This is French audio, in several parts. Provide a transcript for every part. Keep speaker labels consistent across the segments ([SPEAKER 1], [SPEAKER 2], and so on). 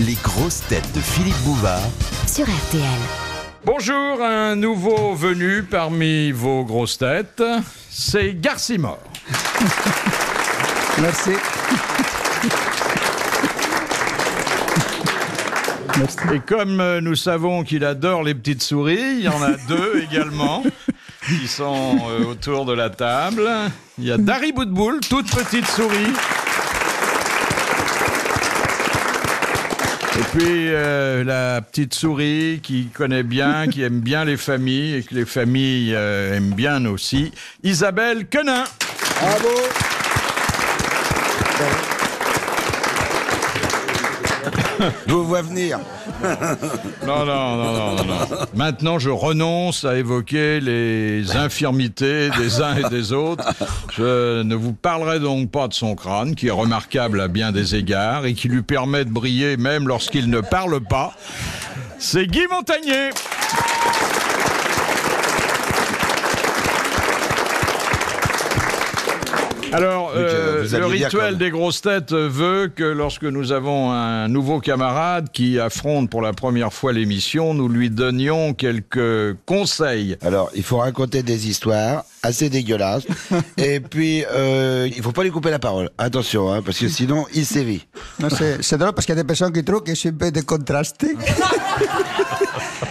[SPEAKER 1] les grosses têtes de Philippe Bouvard
[SPEAKER 2] sur RTL.
[SPEAKER 3] Bonjour, un nouveau venu parmi vos grosses têtes, c'est Garcimore.
[SPEAKER 4] Merci. Merci.
[SPEAKER 3] Et comme euh, nous savons qu'il adore les petites souris, il y en a deux également qui sont euh, autour de la table. Il y a Dari Boudboul, toute petite souris. Et puis euh, la petite souris qui connaît bien, qui aime bien les familles et que les familles euh, aiment bien aussi, Isabelle Quenin.
[SPEAKER 4] Bravo.
[SPEAKER 5] Je vous vois venir.
[SPEAKER 3] Non, non, non, non, non, non. Maintenant, je renonce à évoquer les infirmités des uns et des autres. Je ne vous parlerai donc pas de son crâne, qui est remarquable à bien des égards et qui lui permet de briller même lorsqu'il ne parle pas. C'est Guy Montagnier. Alors, euh,
[SPEAKER 5] vous
[SPEAKER 3] le
[SPEAKER 5] alliez bien, quand
[SPEAKER 3] rituel
[SPEAKER 5] même.
[SPEAKER 3] des grosses têtes euh, veut que lorsque nous avons un nouveau camarade qui affronte pour la première fois l'émission, nous lui donnions quelques conseils.
[SPEAKER 5] Alors, il faut raconter des histoires assez dégueulasses. Et puis, euh, il faut pas lui couper la parole. Attention, hein, parce que sinon, il sévit.
[SPEAKER 4] No sé, c'est drôle parce qu'il y a des personnes qui trouvent que je suis un peu décontrasté.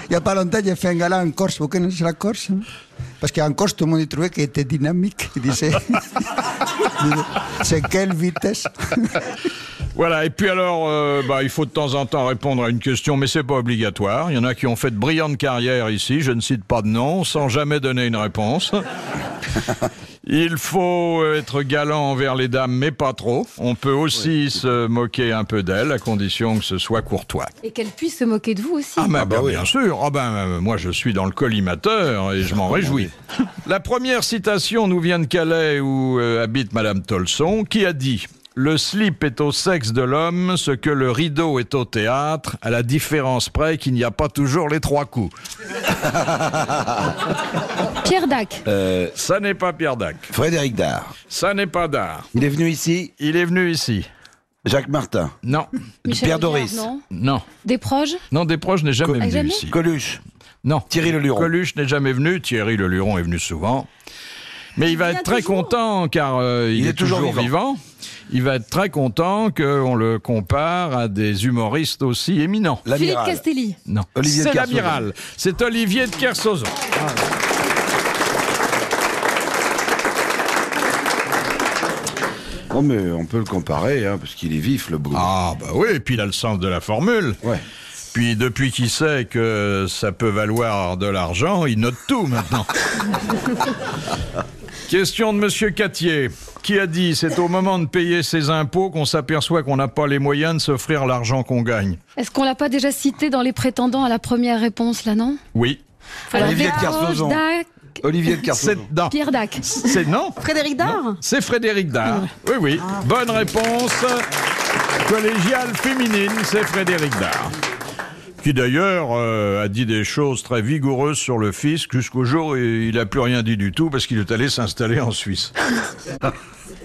[SPEAKER 4] Il n'y a pas longtemps, j'ai fait un gala en Corse. Vous connaissez la Corse hein Parce qu'en Corse, tout le monde y trouvait qu'il était dynamique. Il disait, il disait, c'est quelle vitesse
[SPEAKER 3] Voilà, et puis alors, euh, bah, il faut de temps en temps répondre à une question, mais c'est pas obligatoire. Il y en a qui ont fait de brillantes carrières ici, je ne cite pas de nom, sans jamais donner une réponse. Il faut être galant envers les dames, mais pas trop. On peut aussi se moquer un peu d'elles, à condition que ce soit courtois.
[SPEAKER 2] Et qu'elle puisse se moquer de vous aussi.
[SPEAKER 3] Ah, bah, bien sûr. Ah ben, euh, moi, je suis dans le collimateur et je m'en réjouis. La première citation nous vient de Calais où euh, habite Madame Tolson, qui a dit Le slip est au sexe de l'homme ce que le rideau est au théâtre, à la différence près qu'il n'y a pas toujours les trois coups.
[SPEAKER 2] Pierre Dac.
[SPEAKER 5] Euh,
[SPEAKER 3] Ça n'est pas Pierre Dac.
[SPEAKER 5] Frédéric Dard.
[SPEAKER 3] Ça n'est pas d'art.
[SPEAKER 5] Il est venu ici,
[SPEAKER 3] Il est venu ici.
[SPEAKER 5] Jacques Martin.
[SPEAKER 3] Non,
[SPEAKER 2] Michel
[SPEAKER 5] Pierre
[SPEAKER 2] Audiard,
[SPEAKER 5] Doris.
[SPEAKER 2] non
[SPEAKER 3] non.
[SPEAKER 2] Des proches
[SPEAKER 3] Non, des proches n'est jamais venu
[SPEAKER 2] jamais
[SPEAKER 3] ici.
[SPEAKER 5] Coluche.
[SPEAKER 3] Non.
[SPEAKER 5] Thierry Le Luron.
[SPEAKER 3] Coluche n'est jamais venu. Thierry Le Luron est venu souvent. Mais il va
[SPEAKER 2] vient
[SPEAKER 3] être très
[SPEAKER 2] toujours.
[SPEAKER 3] content car euh, il, est, toujours, vivant. Il va être très content qu'on le compare à des humoristes aussi éminents.
[SPEAKER 2] Philippe
[SPEAKER 5] L'amiral.
[SPEAKER 2] Castelli.
[SPEAKER 3] Non,
[SPEAKER 5] Olivier de
[SPEAKER 3] c'est
[SPEAKER 5] Kersauzon.
[SPEAKER 3] l'amiral. C'est Olivier de Kersauzon.
[SPEAKER 5] Oh, mais on peut le comparer, hein, parce qu'il est vif, le boulot.
[SPEAKER 3] Ah bah oui, et puis il a le sens de la formule.
[SPEAKER 5] Ouais.
[SPEAKER 3] Puis depuis qu'il sait que ça peut valoir de l'argent, il note tout maintenant. Question de Monsieur Cattier, qui a dit c'est au moment de payer ses impôts qu'on s'aperçoit qu'on n'a pas les moyens de s'offrir l'argent qu'on gagne.
[SPEAKER 2] Est-ce qu'on l'a pas déjà cité dans les prétendants à la première réponse, là, non
[SPEAKER 3] Oui,
[SPEAKER 5] Olivier
[SPEAKER 2] des
[SPEAKER 5] de
[SPEAKER 2] proches,
[SPEAKER 5] Kersauzon.
[SPEAKER 2] Dac,
[SPEAKER 5] Olivier de
[SPEAKER 3] c'est
[SPEAKER 5] Carson.
[SPEAKER 3] non,
[SPEAKER 2] Pierre Dac.
[SPEAKER 3] c'est non,
[SPEAKER 6] Frédéric Dard
[SPEAKER 3] c'est Frédéric Dard. Oui, oui, bonne réponse collégiale féminine, c'est Frédéric Dard. Qui d'ailleurs euh, a dit des choses très vigoureuses sur le fisc jusqu'au jour où il n'a plus rien dit du tout parce qu'il est allé s'installer en Suisse.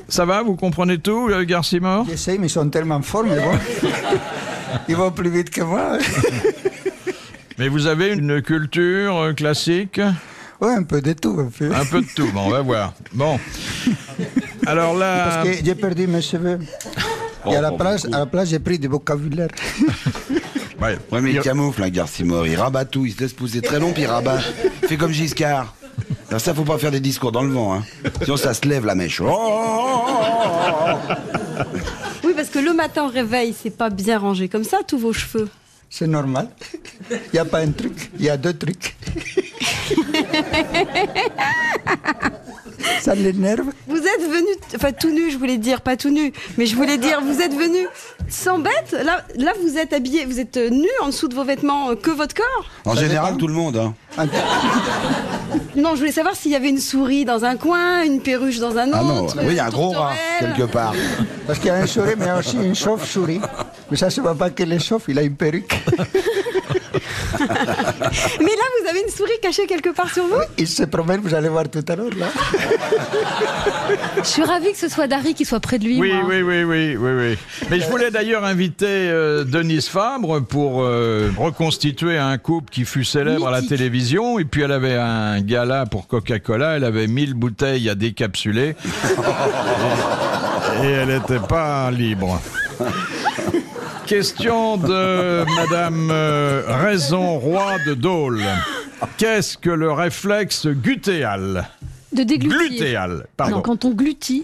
[SPEAKER 3] Ça va, vous comprenez tout, euh, Garcimore
[SPEAKER 4] J'essaie, mais ils sont tellement forts, mais bon. Ils vont plus vite que moi.
[SPEAKER 3] Mais vous avez une culture euh, classique
[SPEAKER 4] Ouais, un peu de tout. en fait.
[SPEAKER 3] Un peu de tout, bon, on va voir. Bon. Alors là,
[SPEAKER 4] Parce que j'ai perdu mes cheveux. Et à la place, à la place j'ai pris du vocabulaire.
[SPEAKER 3] ouais,
[SPEAKER 5] Ouais, mais il
[SPEAKER 3] il-
[SPEAKER 5] camoufle, un Garcimore. Il rabat tout, il se laisse pousser très long, puis il rabat. Il fait comme Giscard. Alors ça, faut pas faire des discours dans le vent, hein. Sinon, ça se lève la mèche. Oh
[SPEAKER 6] Oui, parce que le matin au réveil, c'est pas bien rangé comme ça, tous vos cheveux.
[SPEAKER 4] C'est normal. Il n'y a pas un truc, il y a deux trucs. Ça l'énerve.
[SPEAKER 6] Vous êtes venu, enfin tout nu, je voulais dire, pas tout nu, mais je voulais dire, vous êtes venu sans bête. Là, là, vous êtes habillé, vous êtes nu en dessous de vos vêtements, euh, que votre corps.
[SPEAKER 5] En général, tout le monde, hein.
[SPEAKER 4] En-
[SPEAKER 6] Non, je voulais savoir s'il y avait une souris dans un coin, une perruche dans un autre.
[SPEAKER 5] Ah
[SPEAKER 2] Oh,
[SPEAKER 5] non, oui, il y a un
[SPEAKER 6] une
[SPEAKER 5] gros rat,
[SPEAKER 6] tourterelle.
[SPEAKER 5] quelque part.
[SPEAKER 4] Parce qu'il y a un souris, mais il y a aussi une chauve-souris. Mais ça, se voit pas que les chauves, il a une perruque.
[SPEAKER 6] Mais là, vous avez une souris cachée quelque part sur vous
[SPEAKER 4] Il se promène, vous allez voir tout à l'heure. là.
[SPEAKER 2] Je suis ravie que ce soit Dari qui soit près de lui.
[SPEAKER 3] Oui,
[SPEAKER 2] moi.
[SPEAKER 3] oui, oui, oui, oui, oui. Mais je voulais d'ailleurs inviter euh, Denise Fabre pour euh, reconstituer un couple qui fut célèbre à la
[SPEAKER 2] Mythique.
[SPEAKER 3] télévision. Et puis elle avait un gala pour Coca-Cola. Elle avait 1000 bouteilles à décapsuler. et elle n'était pas libre. Question de Madame euh, Raison Roy de Dole. Qu'est-ce que le réflexe glutéal
[SPEAKER 2] De déglutir.
[SPEAKER 3] Glutéal,
[SPEAKER 2] Non,
[SPEAKER 3] pardon,
[SPEAKER 2] quand on glutit,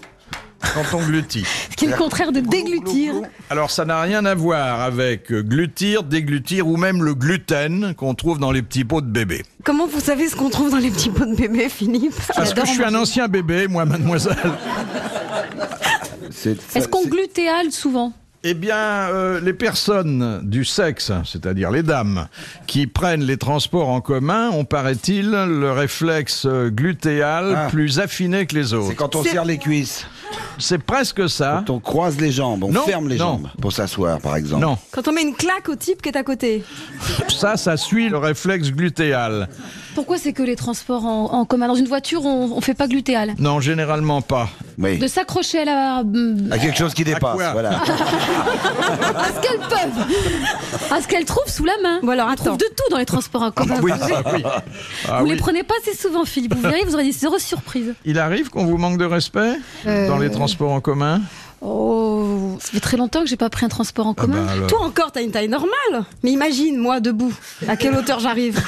[SPEAKER 3] quand on glutit.
[SPEAKER 2] ce qui est le contraire de déglutir.
[SPEAKER 3] Alors ça n'a rien à voir avec euh, glutir, déglutir ou même le gluten qu'on trouve dans les petits pots de bébé.
[SPEAKER 6] Comment vous savez ce qu'on trouve dans les petits pots de bébé, Philippe
[SPEAKER 3] Parce que
[SPEAKER 2] J'adore
[SPEAKER 3] je suis un
[SPEAKER 2] manger.
[SPEAKER 3] ancien bébé, moi, mademoiselle.
[SPEAKER 5] C'est- ça-
[SPEAKER 2] Est-ce qu'on
[SPEAKER 5] c'est-
[SPEAKER 2] glutéale souvent
[SPEAKER 3] Eh bien, euh, les personnes du sexe, c'est-à-dire les dames, qui prennent les transports en commun ont, paraît-il, le réflexe euh, glutéal
[SPEAKER 5] Ah.
[SPEAKER 3] plus affiné que les
[SPEAKER 5] C'est
[SPEAKER 3] autres.
[SPEAKER 5] quand on
[SPEAKER 6] C'est-
[SPEAKER 5] serre les cuisses,
[SPEAKER 3] C'est presque ça.
[SPEAKER 5] quand on croise les jambes, on
[SPEAKER 3] Hein Non,
[SPEAKER 5] ferme les
[SPEAKER 3] non.
[SPEAKER 5] jambes pour s'asseoir, par exemple.
[SPEAKER 3] Non,
[SPEAKER 6] Quand on met une claque au type qui est à côté.
[SPEAKER 3] ça, ça suit le réflexe glutéal.
[SPEAKER 2] Pourquoi c'est que les transports en, en commun Dans une voiture, on ne fait pas glutéale.
[SPEAKER 3] Non, généralement pas.
[SPEAKER 5] Oui.
[SPEAKER 2] De s'accrocher à la. mm,
[SPEAKER 5] À quelque chose qui dépasse,
[SPEAKER 3] quoi
[SPEAKER 5] voilà.
[SPEAKER 2] à ce qu'elles peuvent À ce qu'elles trouvent sous la main.
[SPEAKER 6] Bon, alors,
[SPEAKER 2] on trouve
[SPEAKER 6] attends.
[SPEAKER 2] de tout dans les transports en commun.
[SPEAKER 3] Oui,
[SPEAKER 2] vous
[SPEAKER 3] ça, oui. Ah
[SPEAKER 2] vous
[SPEAKER 3] oui.
[SPEAKER 2] les prenez pas assez souvent, Philippe. Vous verrez, vous aurez des zéro surprise.
[SPEAKER 3] Il arrive qu'on vous manque de respect dans les transports en commun
[SPEAKER 2] Oh, ça fait très longtemps que j'ai pas pris un transport en commun.
[SPEAKER 3] bah alors.
[SPEAKER 6] Toi encore, t'as une taille normale. Mais imagine, moi, debout, à quelle hauteur j'arrive.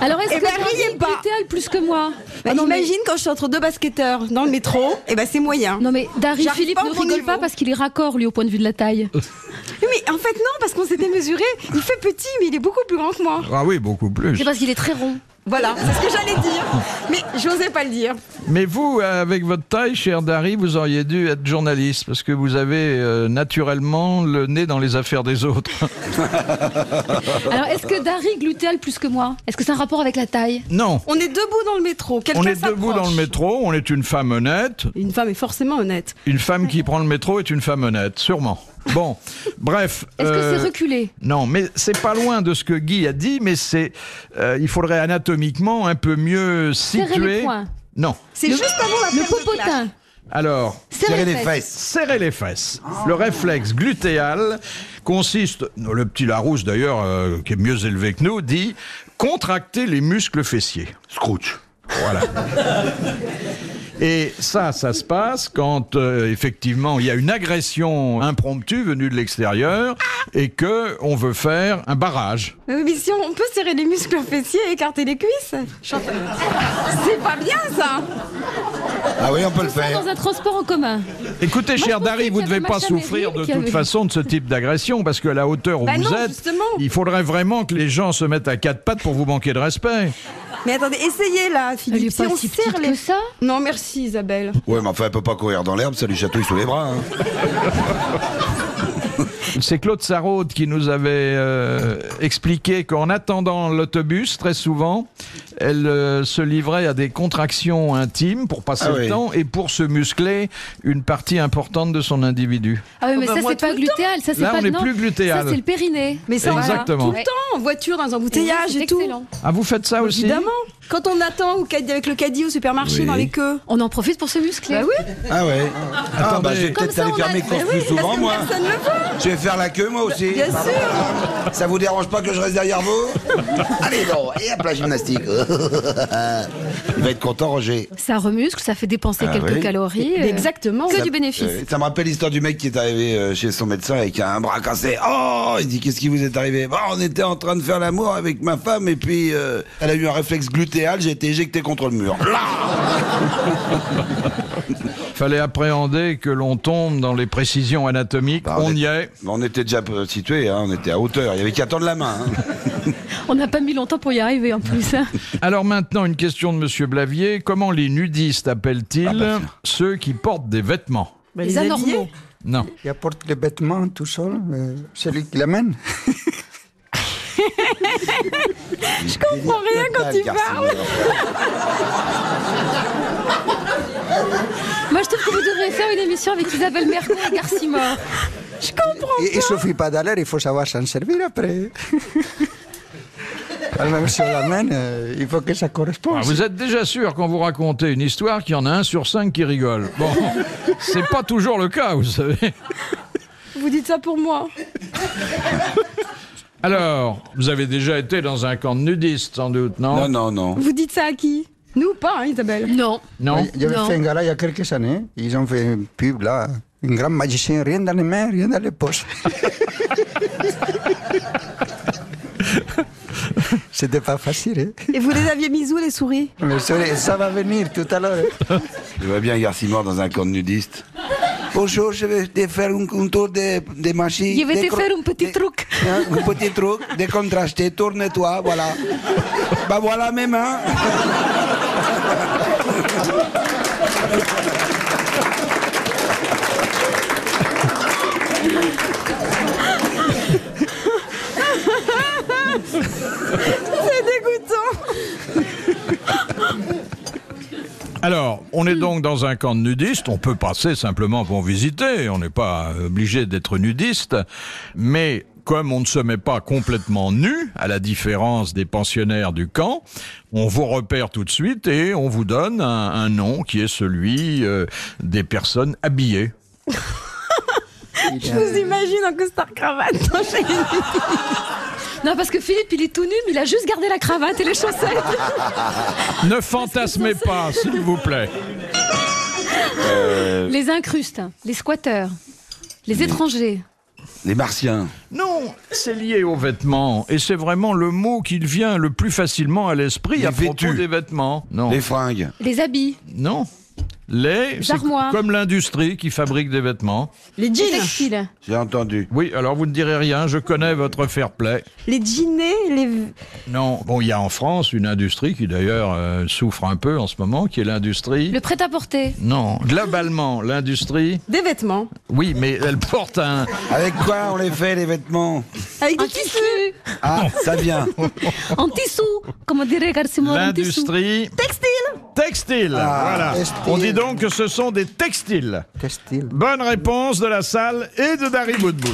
[SPEAKER 2] Alors est-ce
[SPEAKER 6] Eh
[SPEAKER 2] que
[SPEAKER 6] ben,
[SPEAKER 2] Dari
[SPEAKER 6] riez
[SPEAKER 2] est
[SPEAKER 6] pas.
[SPEAKER 2] glutéale plus que moi
[SPEAKER 6] Bah,
[SPEAKER 2] Ah non, mais-
[SPEAKER 6] imagine quand je suis entre deux basketteurs dans le métro, et ben c'est moyen.
[SPEAKER 2] Non mais Dari
[SPEAKER 6] J'arrive
[SPEAKER 2] Philippe
[SPEAKER 6] pas
[SPEAKER 2] ne
[SPEAKER 6] au bon
[SPEAKER 2] rigole
[SPEAKER 6] niveau.
[SPEAKER 2] pas parce qu'il est raccord lui au point de vue de la taille.
[SPEAKER 6] Mais en fait, non, parce qu'on s'était mesuré. Il fait petit, mais il est beaucoup plus grand que moi.
[SPEAKER 3] Ah oui, beaucoup
[SPEAKER 2] C'est
[SPEAKER 3] plus.
[SPEAKER 2] parce qu'il est très rond.
[SPEAKER 6] Voilà, c'est ce que j'allais dire. Mais j'osais pas le dire.
[SPEAKER 3] Mais vous, euh, avec votre taille, cher Dari, vous auriez dû être journaliste parce que vous avez euh, naturellement le nez dans les affaires des autres.
[SPEAKER 2] Alors est-ce que Dari est glutéale plus que moi Est-ce que c'est un rapport avec la taille
[SPEAKER 3] Non,
[SPEAKER 6] On est debout dans le métro. Quelqu'un
[SPEAKER 3] on est debout dans
[SPEAKER 6] s'approche.
[SPEAKER 3] le métro, on est une femme honnête.
[SPEAKER 6] Une femme est forcément honnête.
[SPEAKER 3] Une femme qui prend le métro est une femme honnête, sûrement. Bon, bref.
[SPEAKER 2] Est-ce que
[SPEAKER 3] euh,
[SPEAKER 2] c'est reculé
[SPEAKER 3] Non, mais c'est pas loin de ce que Guy a dit, mais c'est, euh, il faudrait anatomiquement un peu mieux situer.
[SPEAKER 2] les poings.
[SPEAKER 3] Non.
[SPEAKER 6] C'est juste avant la
[SPEAKER 2] Le
[SPEAKER 6] paire de claques.
[SPEAKER 2] popotin.
[SPEAKER 3] Alors,
[SPEAKER 5] Serrer
[SPEAKER 2] Serrer
[SPEAKER 5] les fesses.
[SPEAKER 3] serrer les fesses. Le réflexe glutéal consiste, le petit Larousse d'ailleurs, euh, qui est mieux élevé que nous, dit contracter les muscles fessiers.
[SPEAKER 5] Scrooge.
[SPEAKER 3] Et ça, ça se passe quand euh, effectivement il y a une agression impromptue venue de l'extérieur et que on veut faire un barrage.
[SPEAKER 6] Oui, Mais si on peut serrer les muscles fessiers et écarter les cuisses Je- C'est pas bien ça
[SPEAKER 5] Ah oui, on peut le
[SPEAKER 2] Pas
[SPEAKER 5] faire.
[SPEAKER 2] Dans un transport en commun.
[SPEAKER 3] Écoutez,
[SPEAKER 2] Moi, je
[SPEAKER 3] cher
[SPEAKER 2] pensais
[SPEAKER 3] Dari,
[SPEAKER 2] qu'il
[SPEAKER 3] vous
[SPEAKER 2] y
[SPEAKER 3] ne devez
[SPEAKER 2] avait
[SPEAKER 3] pas
[SPEAKER 2] Macha Merry
[SPEAKER 3] souffrir de
[SPEAKER 2] qui avait-
[SPEAKER 3] toute façon de ce type d'agression parce que à la hauteur où
[SPEAKER 6] Bah
[SPEAKER 3] vous
[SPEAKER 6] non,
[SPEAKER 3] êtes,
[SPEAKER 6] justement.
[SPEAKER 3] il faudrait vraiment que les gens se mettent à quatre pattes pour vous manquer de respect.
[SPEAKER 6] Mais attendez, essayez là,
[SPEAKER 2] Elle
[SPEAKER 6] Philippe.
[SPEAKER 2] est pas
[SPEAKER 6] on
[SPEAKER 2] si
[SPEAKER 6] serre
[SPEAKER 2] petite
[SPEAKER 6] les-
[SPEAKER 2] que ça.
[SPEAKER 6] Non, merci Isabelle.
[SPEAKER 5] Ouais, mais enfin, elle peut pas courir dans l'herbe, ça lui chatouille sous les bras. hein.
[SPEAKER 3] C'est Claude Sarraud qui nous avait euh, expliqué qu'en attendant l'autobus, très souvent, elle euh, se livrait à des contractions intimes pour passer
[SPEAKER 5] Ah
[SPEAKER 3] le
[SPEAKER 5] oui.
[SPEAKER 3] temps et pour se muscler une partie importante de son individu.
[SPEAKER 2] Ah oui, mais
[SPEAKER 6] bah,
[SPEAKER 2] ça
[SPEAKER 6] moi,
[SPEAKER 2] c'est
[SPEAKER 6] tout
[SPEAKER 2] pas
[SPEAKER 6] le temps.
[SPEAKER 2] glutéal, ça c'est
[SPEAKER 3] Là,
[SPEAKER 2] pas
[SPEAKER 3] on n'est
[SPEAKER 2] non,
[SPEAKER 3] plus glutéal.
[SPEAKER 2] Ça c'est le périnée.
[SPEAKER 6] Mais ça, on l'a
[SPEAKER 3] Exactement.
[SPEAKER 6] tout le temps, en voiture, dans un
[SPEAKER 2] ça,
[SPEAKER 6] embouteillage
[SPEAKER 2] c'est
[SPEAKER 6] et tout.
[SPEAKER 2] excellent.
[SPEAKER 3] Ah, vous faites ça aussi
[SPEAKER 6] Évidemment. Quand on attend au caddie- avec le caddie au supermarché
[SPEAKER 5] Oui.
[SPEAKER 6] dans les queues.
[SPEAKER 2] On en profite pour se muscler.
[SPEAKER 6] Bah oui,
[SPEAKER 5] Ah ouais. Ah bah, je vais
[SPEAKER 2] Comme
[SPEAKER 5] peut-être
[SPEAKER 2] ça,
[SPEAKER 5] aller
[SPEAKER 2] on
[SPEAKER 5] faire
[SPEAKER 2] a-
[SPEAKER 5] mes
[SPEAKER 2] Bah
[SPEAKER 5] courses
[SPEAKER 6] oui,
[SPEAKER 5] plus souvent,
[SPEAKER 6] parce que
[SPEAKER 5] moi.
[SPEAKER 6] personne ne le veut.
[SPEAKER 5] Je vais faire la queue, moi aussi.
[SPEAKER 6] Bien
[SPEAKER 5] Pardon.
[SPEAKER 6] sûr.
[SPEAKER 5] Ça vous dérange pas que je reste derrière vous Allez, non, et hop, la gymnastique. Il va être content, Roger.
[SPEAKER 2] Ça remuscle, ça fait dépenser
[SPEAKER 5] Ah
[SPEAKER 2] quelques
[SPEAKER 5] oui.
[SPEAKER 2] calories. euh,
[SPEAKER 6] Exactement.
[SPEAKER 2] Que
[SPEAKER 6] Ça-
[SPEAKER 2] du bénéfice.
[SPEAKER 5] Euh, ça me rappelle l'histoire du mec qui est arrivé euh, chez son médecin avec un bras cassé. Oh Il dit Qu'est-ce qui vous est arrivé Bah, On était en train de faire l'amour avec ma femme et puis euh, elle a eu un réflexe glutéal, j'ai été éjecté contre le mur.
[SPEAKER 3] Fallait appréhender que l'on tombe dans les précisions anatomiques.
[SPEAKER 5] Bah,
[SPEAKER 3] on y est.
[SPEAKER 5] Bah, On était déjà euh, situé, hein, on était à hauteur, il y avait qu'à tendre la main. hein.
[SPEAKER 2] On n'a pas mis longtemps pour y arriver en plus. hein.
[SPEAKER 3] Alors maintenant, une question de Monsieur Blavier. Comment les nudistes appellent-ils ceux qui portent des vêtements
[SPEAKER 6] Bah,
[SPEAKER 2] les anormaux.
[SPEAKER 3] Non.
[SPEAKER 4] Il apporte les vêtements tout seul, euh, celui qui l'amène.
[SPEAKER 5] Je comprends
[SPEAKER 6] rien quand il parle.
[SPEAKER 2] Moi, je trouve que vous devriez faire une émission avec Isabelle Mercot et Garcimore.
[SPEAKER 6] Je comprends.
[SPEAKER 4] Il, il suffit pas d'aller, il faut savoir s'en servir après. Alors même si on l'amène, euh, il faut que ça corresponde.
[SPEAKER 3] Ah, vous êtes déjà sûr quand vous racontez une histoire qu'il y en a un sur cinq qui rigole. Bon, c'est pas toujours le cas, vous savez.
[SPEAKER 6] Vous dites ça pour moi.
[SPEAKER 3] Alors, vous avez déjà été dans un camp de nudistes, sans doute, non
[SPEAKER 5] Non, non, non.
[SPEAKER 6] Vous dites ça à qui Nous, pas, hein, Isabelle.
[SPEAKER 2] Non.
[SPEAKER 3] Non
[SPEAKER 4] Il y avait
[SPEAKER 2] Non.
[SPEAKER 4] fait un gala il y a quelques années. Ils ont fait une pub là. Un grand magicien, rien dans les mains, rien dans les poches. C'était pas facile, hein.
[SPEAKER 6] Et vous les aviez mis où, les souris
[SPEAKER 4] Mais ça, ça va venir ¿eh? tout à l'heure. hein.
[SPEAKER 5] Je vois bien un garçon mort dans un camp de nudistes. Bonjour, je vais te faire un, un tour des des machines.
[SPEAKER 2] Je vais
[SPEAKER 5] des
[SPEAKER 2] te
[SPEAKER 5] cro-
[SPEAKER 2] faire un petit
[SPEAKER 5] des-
[SPEAKER 2] truc.
[SPEAKER 5] Hein, un petit truc, décontrasté, tourne-toi, voilà. bah voilà mes mains.
[SPEAKER 6] C'est dégoûtant.
[SPEAKER 3] Alors, on est donc dans un camp de nudistes. On peut passer simplement pour visiter. On n'est pas obligé d'être nudiste. Mais comme on ne se met pas complètement nu, à la différence des pensionnaires du camp, on vous repère tout de suite et on vous donne un, un nom qui est celui euh, des personnes habillées.
[SPEAKER 6] Je vous imagine en costard-cravate dans chez
[SPEAKER 2] Non, parce que Philippe, il est tout nu, mais il a juste gardé la cravate et les chaussettes.
[SPEAKER 3] Ne fantasmez pas, s'il vous plaît.
[SPEAKER 2] les incrustes, les squatteurs, les étrangers.
[SPEAKER 5] Les martiens.
[SPEAKER 3] Non, c'est lié aux vêtements et c'est vraiment le mot qui vient le plus facilement à l'esprit
[SPEAKER 5] Les
[SPEAKER 3] à propos
[SPEAKER 5] vêtus.
[SPEAKER 3] des vêtements. Non.
[SPEAKER 5] Les fringues.
[SPEAKER 2] Les habits,
[SPEAKER 3] Non. Les, c'est
[SPEAKER 2] armoires.
[SPEAKER 3] comme l'industrie qui fabrique des vêtements.
[SPEAKER 6] Les
[SPEAKER 2] les
[SPEAKER 6] jeans.
[SPEAKER 2] textiles,
[SPEAKER 5] J'ai entendu.
[SPEAKER 3] Oui, alors vous ne direz rien, je connais votre fair-play.
[SPEAKER 6] Les jeanets, les...
[SPEAKER 3] Non, bon, il y a en France une industrie qui d'ailleurs euh, souffre un peu en ce moment, qui est l'industrie...
[SPEAKER 2] le prêt-à-porter.
[SPEAKER 3] Non, globalement, l'industrie,
[SPEAKER 6] des vêtements.
[SPEAKER 3] oui, mais elle porte un...
[SPEAKER 5] Avec quoi on les fait les vêtements
[SPEAKER 6] Avec
[SPEAKER 2] En
[SPEAKER 6] des tissus.
[SPEAKER 2] tissu,
[SPEAKER 5] Ah, ça vient.
[SPEAKER 2] en tissou, comme dirait Garcimo, en tissou.
[SPEAKER 3] L'industrie...
[SPEAKER 6] Textiles.
[SPEAKER 3] Textile, voilà.
[SPEAKER 4] textile.
[SPEAKER 3] On dit donc que ce sont des textiles.
[SPEAKER 4] Quel style.
[SPEAKER 3] Bonne réponse de la salle et de Dari Boudboul.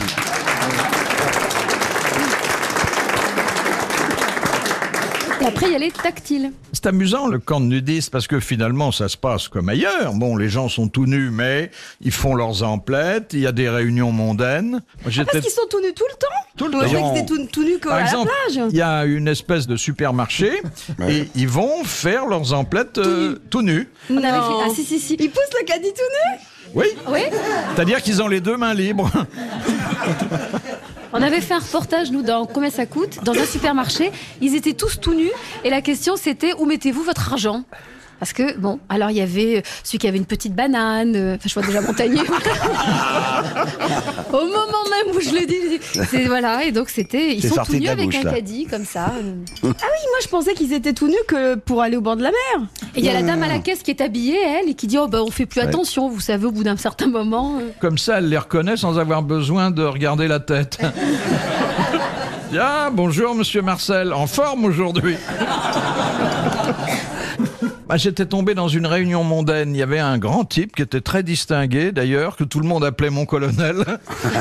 [SPEAKER 2] Et après, il y a les tactiles.
[SPEAKER 3] C'est amusant le camp de nudistes parce que finalement ça se passe comme ailleurs. Bon, les gens sont tout nus, mais ils font leurs emplettes. Il y a des réunions mondaines. Moi, J'étais
[SPEAKER 6] Ah, Parce qu'ils sont tout nus tout le temps.
[SPEAKER 3] Tout le
[SPEAKER 6] Moi, je
[SPEAKER 3] temps.
[SPEAKER 6] croyais que c'était tout, tout nu comme à
[SPEAKER 3] par exemple,
[SPEAKER 6] la plage.
[SPEAKER 3] il y a une espèce de supermarché et ils vont faire leurs emplettes euh, tout nus.
[SPEAKER 2] On avait
[SPEAKER 6] Non.
[SPEAKER 2] fait- Ah, si, si, si.
[SPEAKER 6] Ils poussent le caddie tout nu
[SPEAKER 3] Oui,
[SPEAKER 2] Oui,
[SPEAKER 3] c'est-à-dire qu'ils ont les deux mains libres.
[SPEAKER 2] on avait fait un reportage, nous, dans Combien ça coûte, dans un supermarché. Ils étaient tous tout nus et la question c'était où mettez-vous votre argent Parce que, bon, alors il y avait euh, celui qui avait une petite banane, euh, enfin je vois déjà Montagnier. Au moment même où je le dis, c'est- voilà, et donc c'était. Ils
[SPEAKER 5] C'est
[SPEAKER 2] sont
[SPEAKER 5] sorti
[SPEAKER 2] tout
[SPEAKER 5] de
[SPEAKER 2] nus
[SPEAKER 5] la
[SPEAKER 2] avec
[SPEAKER 5] bouche,
[SPEAKER 2] un
[SPEAKER 5] là.
[SPEAKER 2] caddie comme ça. euh.
[SPEAKER 6] Oui, moi je pensais qu'ils étaient tout nus que pour aller au bord de la mer.
[SPEAKER 2] Et il y a la dame
[SPEAKER 5] Ah.
[SPEAKER 2] à la caisse qui est habillée, elle, et qui dit Oh, bah on fait plus attention, vous savez, au bout d'un certain moment. euh.
[SPEAKER 3] Comme ça, elle les reconnaît sans avoir besoin de regarder la tête. Ah, bonjour Monsieur Marcel, en forme aujourd'hui Bah, J'étais tombé dans une réunion mondaine. Il y avait un grand type qui était très distingué, d'ailleurs, que tout le monde appelait mon colonel.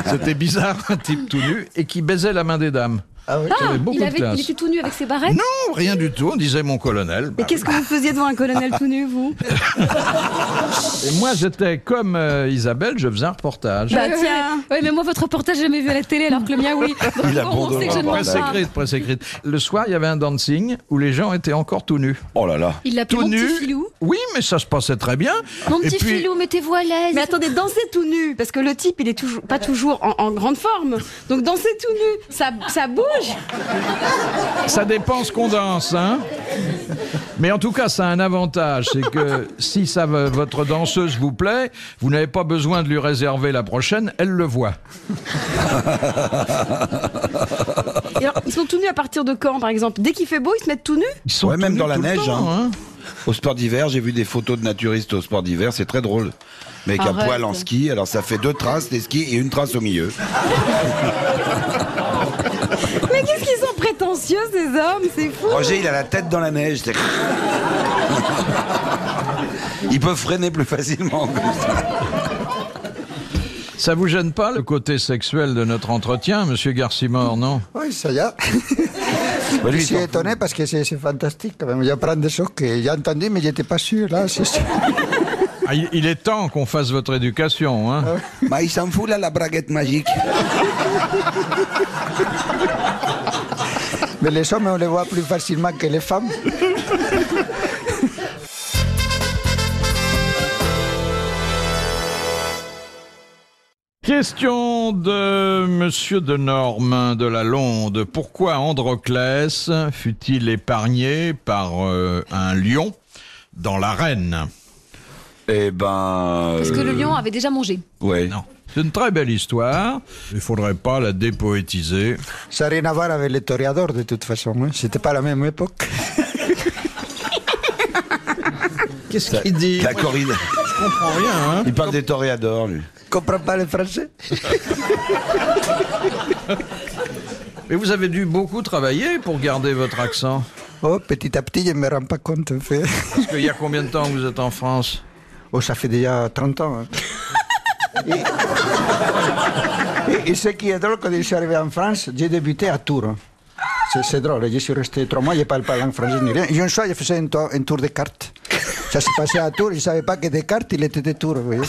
[SPEAKER 3] C'était bizarre, un type tout nu, et qui baisait la main des dames.
[SPEAKER 4] Ah oui.
[SPEAKER 3] J'avais
[SPEAKER 2] Ah,
[SPEAKER 3] beaucoup
[SPEAKER 2] il,
[SPEAKER 3] de
[SPEAKER 2] avait,
[SPEAKER 3] classe.
[SPEAKER 2] il était tout nu avec ses barrettes
[SPEAKER 3] Non, rien du tout, on disait mon colonel.
[SPEAKER 6] Et qu'est-ce que vous faisiez devant un colonel tout nu, vous
[SPEAKER 3] Et moi, j'étais comme euh, Isabelle, je faisais un reportage.
[SPEAKER 6] Bah,
[SPEAKER 2] Ouais, ouais,
[SPEAKER 6] tiens.
[SPEAKER 2] ouais. Ouais, mais moi, votre reportage, j'ai jamais vu à la télé, alors que le mien, oui. Donc,
[SPEAKER 5] Il
[SPEAKER 2] bon, on
[SPEAKER 5] abandonne
[SPEAKER 2] sait que je ne mens
[SPEAKER 3] Presse
[SPEAKER 2] pas.
[SPEAKER 3] écrite, presse écrite. Le soir, il y avait un dancing où les gens étaient encore tout nus.
[SPEAKER 5] Oh là là.
[SPEAKER 2] Il l'appelait
[SPEAKER 3] Tout
[SPEAKER 2] mon
[SPEAKER 3] nus.
[SPEAKER 2] petit filou.
[SPEAKER 3] Oui, mais ça se passait très bien.
[SPEAKER 2] Mon
[SPEAKER 3] Et
[SPEAKER 2] petit
[SPEAKER 3] puis-
[SPEAKER 2] filou, mettez-vous à l'aise.
[SPEAKER 6] Mais attendez, danser tout nu, parce que le type, il est toujours, pas toujours en, en grande forme. Donc danser tout nu, ça, ça bouge.
[SPEAKER 3] Ça dépend ce qu'on danse, hein. Mais en tout cas, ça a un avantage, c'est que si ça, va- votre danseuse vous plaît, vous n'avez pas besoin de lui réserver la prochaine, elle le voit.
[SPEAKER 6] Et alors, ils sont tout nus à partir de quand, par exemple Dès qu'il fait beau, ils se mettent tout nus
[SPEAKER 3] Ils sont
[SPEAKER 5] Ouais,
[SPEAKER 3] tout
[SPEAKER 5] même
[SPEAKER 3] nus
[SPEAKER 5] dans la
[SPEAKER 3] tout le
[SPEAKER 5] neige,
[SPEAKER 3] temps,
[SPEAKER 5] hein. Au sport d'hiver, j'ai vu des photos de naturistes au sport d'hiver, c'est très drôle. Mec à
[SPEAKER 2] Arrête.
[SPEAKER 5] poil en ski, alors ça fait deux traces, des skis et une trace au milieu.
[SPEAKER 6] Mais qu'est-ce qu'ils sont prétentieux, ces hommes C'est fou
[SPEAKER 5] Roger, il a la tête dans la neige. c'est- Bah, il peut freiner plus facilement. comme ça.
[SPEAKER 3] Ça vous gêne pas le côté sexuel de notre entretien, monsieur Garcimore, non
[SPEAKER 4] Oui, ça y est.
[SPEAKER 5] Bah, lui,
[SPEAKER 4] Je
[SPEAKER 5] il
[SPEAKER 4] suis
[SPEAKER 5] s'en fout.
[SPEAKER 4] étonné parce que c'est c'est fantastique quand même. J'apprends des choses que j'ai entendues, mais j'étais pas sûr. Là, c'est sûr.
[SPEAKER 3] Ah, il, il est temps qu'on fasse votre éducation, hein
[SPEAKER 5] Bah, il s'en fout là, la braguette magique.
[SPEAKER 4] Mais les hommes, on les voit plus facilement que les femmes.
[SPEAKER 3] Question de Monsieur de Norme de la Londe. Pourquoi Androclès fut-il épargné par euh, un lion dans l'arène
[SPEAKER 5] Eh ben.
[SPEAKER 2] Parce que le
[SPEAKER 5] euh,
[SPEAKER 2] lion avait déjà mangé.
[SPEAKER 5] Ouais.
[SPEAKER 3] Non. C'est une très belle histoire. Il faudrait pas la dépoétiser.
[SPEAKER 4] Ça n'a rien à voir avec les toréadors de ¿eh? toute façon. hein. C'était pas la même époque.
[SPEAKER 3] Qu'est-ce qu'il dit
[SPEAKER 5] La corrida.
[SPEAKER 3] Je comprends rien. Hein
[SPEAKER 5] Il parle des toréadors, lui.
[SPEAKER 4] Je comprends pas les français.
[SPEAKER 3] Mais vous avez dû beaucoup travailler pour garder votre accent.
[SPEAKER 4] Oh, petit à petit, je me rends pas compte. en fait.
[SPEAKER 3] Parce qu'il y a combien de temps que vous êtes en France
[SPEAKER 4] Oh, ça fait déjà 30 ans. hein. Et, et ce qui est drôle, quand je suis arrivé en France, j'ai débuté à Tours. C'est- C'est drôle, je suis resté trois mois, je ne parle pas la langue française ni rien. Et un soir, je faisais un, tour- un tour de cartes. Ça s'est passé à Tours, je ne savais pas que Descartes, il était de Tours. vous voyez.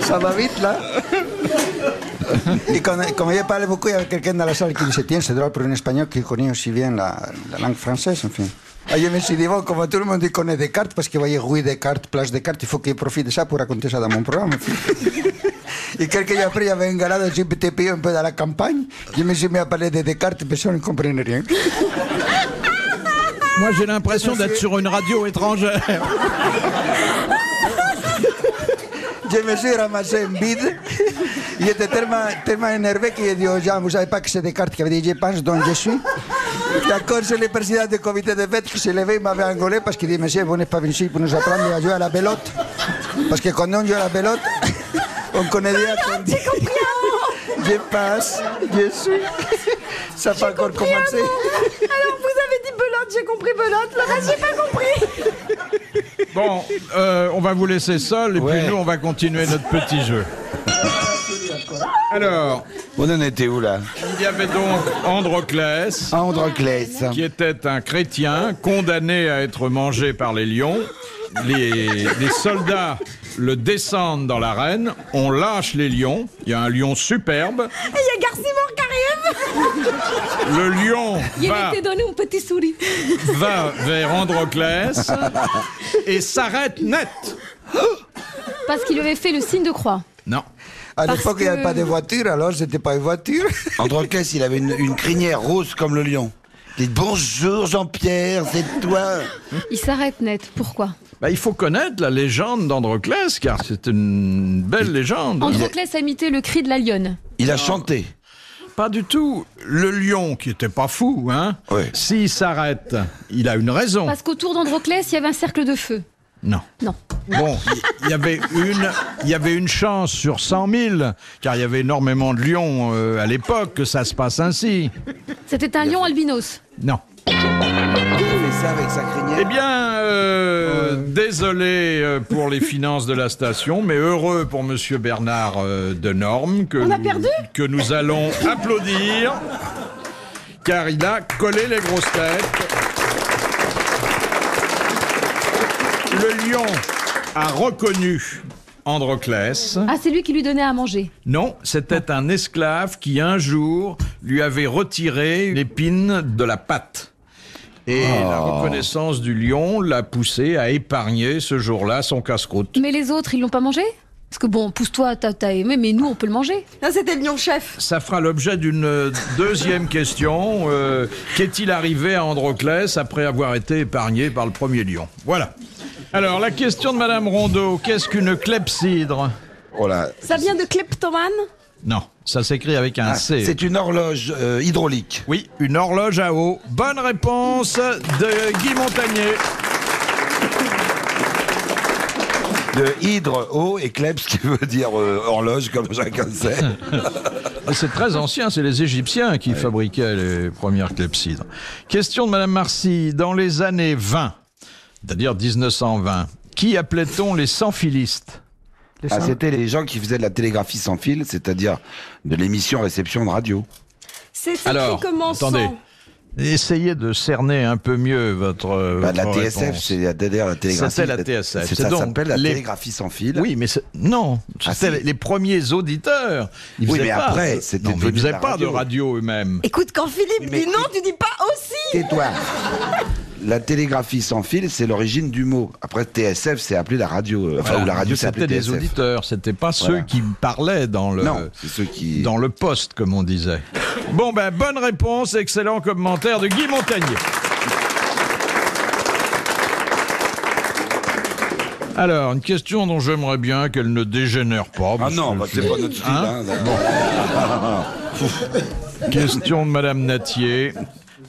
[SPEAKER 4] Ça va vite, là y con- como yo parle beaucoup, il y a quelqu'un dans la salle qui disait Tiens, c'est drôle pour un espagnol qui connaît aussi bien la, la langue française, en fin. Ah, je me suis dit, bon, comme tout le monde connaît Descartes, parce que voyez, Rui Descartes, Place Descartes, il faut qu'il profite de ça pour raconter ça dans mon programme. en fait. Et quelques jours après, il y avait un gars là, j'ai pété payé un peu dans la campagne. Je me suis mis à parler de Descartes, personne ne comprenait rien.
[SPEAKER 3] Moi, j'ai l'impression d'être sur une radio étrangère.
[SPEAKER 4] Je me suis ramassé en bide. Il était tellement, tellement énervé qu'il a dit aux gens, vous savez pas que c'est Descartes qui avait dit, je pense, donc je suis. D'accord, c'est le président du comité de fête qui s'est levé, il m'avait engueulé parce qu'il dit, monsieur, vous n'êtes pas venu ici pour nous apprendre à jouer à la belote. Parce que quand on joue à la belote, on connaît bien qu'on dit, je passe, je suis. Ça n'a pas encore commencé.
[SPEAKER 6] Alors vous avez dit belote, j'ai compris belote, le reste j'ai pas compris.
[SPEAKER 3] Bon, euh, on va vous laisser seul et
[SPEAKER 5] Ouais.
[SPEAKER 3] puis nous, on va continuer notre petit jeu. Alors,
[SPEAKER 5] On en était où là
[SPEAKER 3] il y avait donc Androclès,
[SPEAKER 5] Androclès.
[SPEAKER 3] qui était un chrétien condamné à être mangé par les lions. Les, les soldats le descendent dans l'arène, on lâche les lions, il y a un lion superbe,
[SPEAKER 6] Et il y a Garcimore qui arrive.
[SPEAKER 3] le lion
[SPEAKER 2] Il
[SPEAKER 3] va...
[SPEAKER 2] était donné un petit souris.
[SPEAKER 3] va vers Androclès et s'arrête net.
[SPEAKER 2] Parce qu'il lui avait fait le signe de croix.
[SPEAKER 3] Non.
[SPEAKER 4] À
[SPEAKER 2] Parce
[SPEAKER 4] l'époque, il n'y avait
[SPEAKER 2] que-
[SPEAKER 4] pas de voiture, alors c'était pas une voiture.
[SPEAKER 5] Androclès, il avait une, une crinière rose comme le lion. Il dit bonjour Jean-Pierre, c'est toi.
[SPEAKER 2] Il s'arrête net. Pourquoi
[SPEAKER 3] Bah, il faut connaître la légende d'Androclès, car c'est une belle légende.
[SPEAKER 2] Androclès a imité le cri de la lionne.
[SPEAKER 5] Il a chanté.
[SPEAKER 3] Pas du tout. Le lion, qui était pas fou, hein,
[SPEAKER 5] Oui.
[SPEAKER 3] s'il s'arrête, il a une raison.
[SPEAKER 2] Parce qu'autour d'Androclès, il y avait un cercle de feu.
[SPEAKER 3] Non.
[SPEAKER 2] Non.
[SPEAKER 3] Bon, il y avait une, il y avait une chance sur 100 000, car il y avait énormément de lions euh, à l'époque que ça se passe ainsi.
[SPEAKER 2] C'était un lion albinos.
[SPEAKER 3] Non.
[SPEAKER 5] Il fait ça avec sa crinière.
[SPEAKER 3] Eh bien, euh, désolé euh, pour les finances de la station, mais heureux pour Monsieur Bernard euh, de Norme que,
[SPEAKER 6] On a
[SPEAKER 3] nous-
[SPEAKER 6] perdu
[SPEAKER 3] que nous allons applaudir, car il a collé les grosses têtes. Le lion a reconnu Androclès.
[SPEAKER 2] Ah, c'est lui qui lui donnait à manger.
[SPEAKER 3] Non, c'était un esclave qui un jour lui avait retiré l'épine de la patte. Et
[SPEAKER 5] Ah.
[SPEAKER 3] la reconnaissance du lion l'a poussé à épargner ce jour-là son casse-croûte.
[SPEAKER 2] Mais les autres, ils l'ont pas mangé Parce que bon, pousse-toi, t'as t'as aimé, mais nous, on peut le manger.
[SPEAKER 6] Non, c'était le lion chef.
[SPEAKER 3] Ça fera l'objet d'une euh, deuxième question. Euh, Qu'est-il arrivé à Androclès après avoir été épargné par le premier lion Voilà. Alors, la question de Madame Rondeau, qu'est-ce qu'une clepsydre
[SPEAKER 5] Oh là.
[SPEAKER 6] Ça vient de kleptomane.
[SPEAKER 3] Non, ça s'écrit avec un
[SPEAKER 5] Ah,
[SPEAKER 3] C.
[SPEAKER 5] c'est une horloge euh, hydraulique.
[SPEAKER 3] Oui, une horloge à eau. Bonne réponse de Guy Montagnier.
[SPEAKER 5] De hydre, eau et klebs, ce qui veut dire euh, horloge, comme chacun sait.
[SPEAKER 3] Ah, C'est très ancien, c'est les Égyptiens qui fabriquaient les premières clepsydres. Question de Madame Marcy. Dans les années 20, c'est-à-dire 1920. Qui appelait-on les sans-filistes
[SPEAKER 5] Ah, c'était les gens qui faisaient de la télégraphie sans fil, c'est-à-dire de l'émission réception de radio.
[SPEAKER 6] C'est écrit
[SPEAKER 3] Alors,
[SPEAKER 6] comment
[SPEAKER 3] attendez. Essayez de cerner un peu mieux votre. euh,
[SPEAKER 5] Bah, de la
[SPEAKER 3] votre
[SPEAKER 5] TSF,
[SPEAKER 3] réponse.
[SPEAKER 5] c'est la TDR, la télégraphie.
[SPEAKER 3] C'était la TSF.
[SPEAKER 5] C'est-
[SPEAKER 3] C'est
[SPEAKER 5] Ça
[SPEAKER 3] donc
[SPEAKER 5] s'appelle la
[SPEAKER 3] les-
[SPEAKER 5] télégraphie sans fil.
[SPEAKER 3] Oui, mais c'est- non,
[SPEAKER 5] Ah,
[SPEAKER 3] c'était
[SPEAKER 5] si.
[SPEAKER 3] les- les premiers auditeurs. Ils
[SPEAKER 5] Oui,
[SPEAKER 3] faisaient
[SPEAKER 5] mais
[SPEAKER 3] pas
[SPEAKER 5] après,
[SPEAKER 3] de-
[SPEAKER 5] c'était
[SPEAKER 3] Non, mais
[SPEAKER 5] devenu
[SPEAKER 3] Ils faisaient
[SPEAKER 5] la
[SPEAKER 3] pas de
[SPEAKER 5] radio.
[SPEAKER 3] radio eux-mêmes.
[SPEAKER 6] Écoute, quand Philippe
[SPEAKER 5] Mais-
[SPEAKER 6] dit non, tu dis pas aussi
[SPEAKER 5] Tais-toi. La télégraphie sans fil, c'est l'origine du mot. Après, TSF, c'est appelé la radio. euh, Enfin,
[SPEAKER 3] Voilà.
[SPEAKER 5] ou la radio, c'est appelé
[SPEAKER 3] C'était des
[SPEAKER 5] TSF.
[SPEAKER 3] auditeurs, c'était pas
[SPEAKER 5] Voilà.
[SPEAKER 3] ceux qui parlaient dans le.
[SPEAKER 5] Non, c'est ceux qui.
[SPEAKER 3] Dans le poste, comme on disait. Bon, ben, bonne réponse, excellent commentaire de Guy Montagnier. Alors, une question dont j'aimerais bien qu'elle ne dégénère pas.
[SPEAKER 5] Ah
[SPEAKER 3] parce
[SPEAKER 5] non,
[SPEAKER 3] que
[SPEAKER 5] bah,
[SPEAKER 3] je-
[SPEAKER 5] c'est pas notre style.
[SPEAKER 3] Hein
[SPEAKER 5] Hein, d'accord.
[SPEAKER 3] Question de Madame Natier.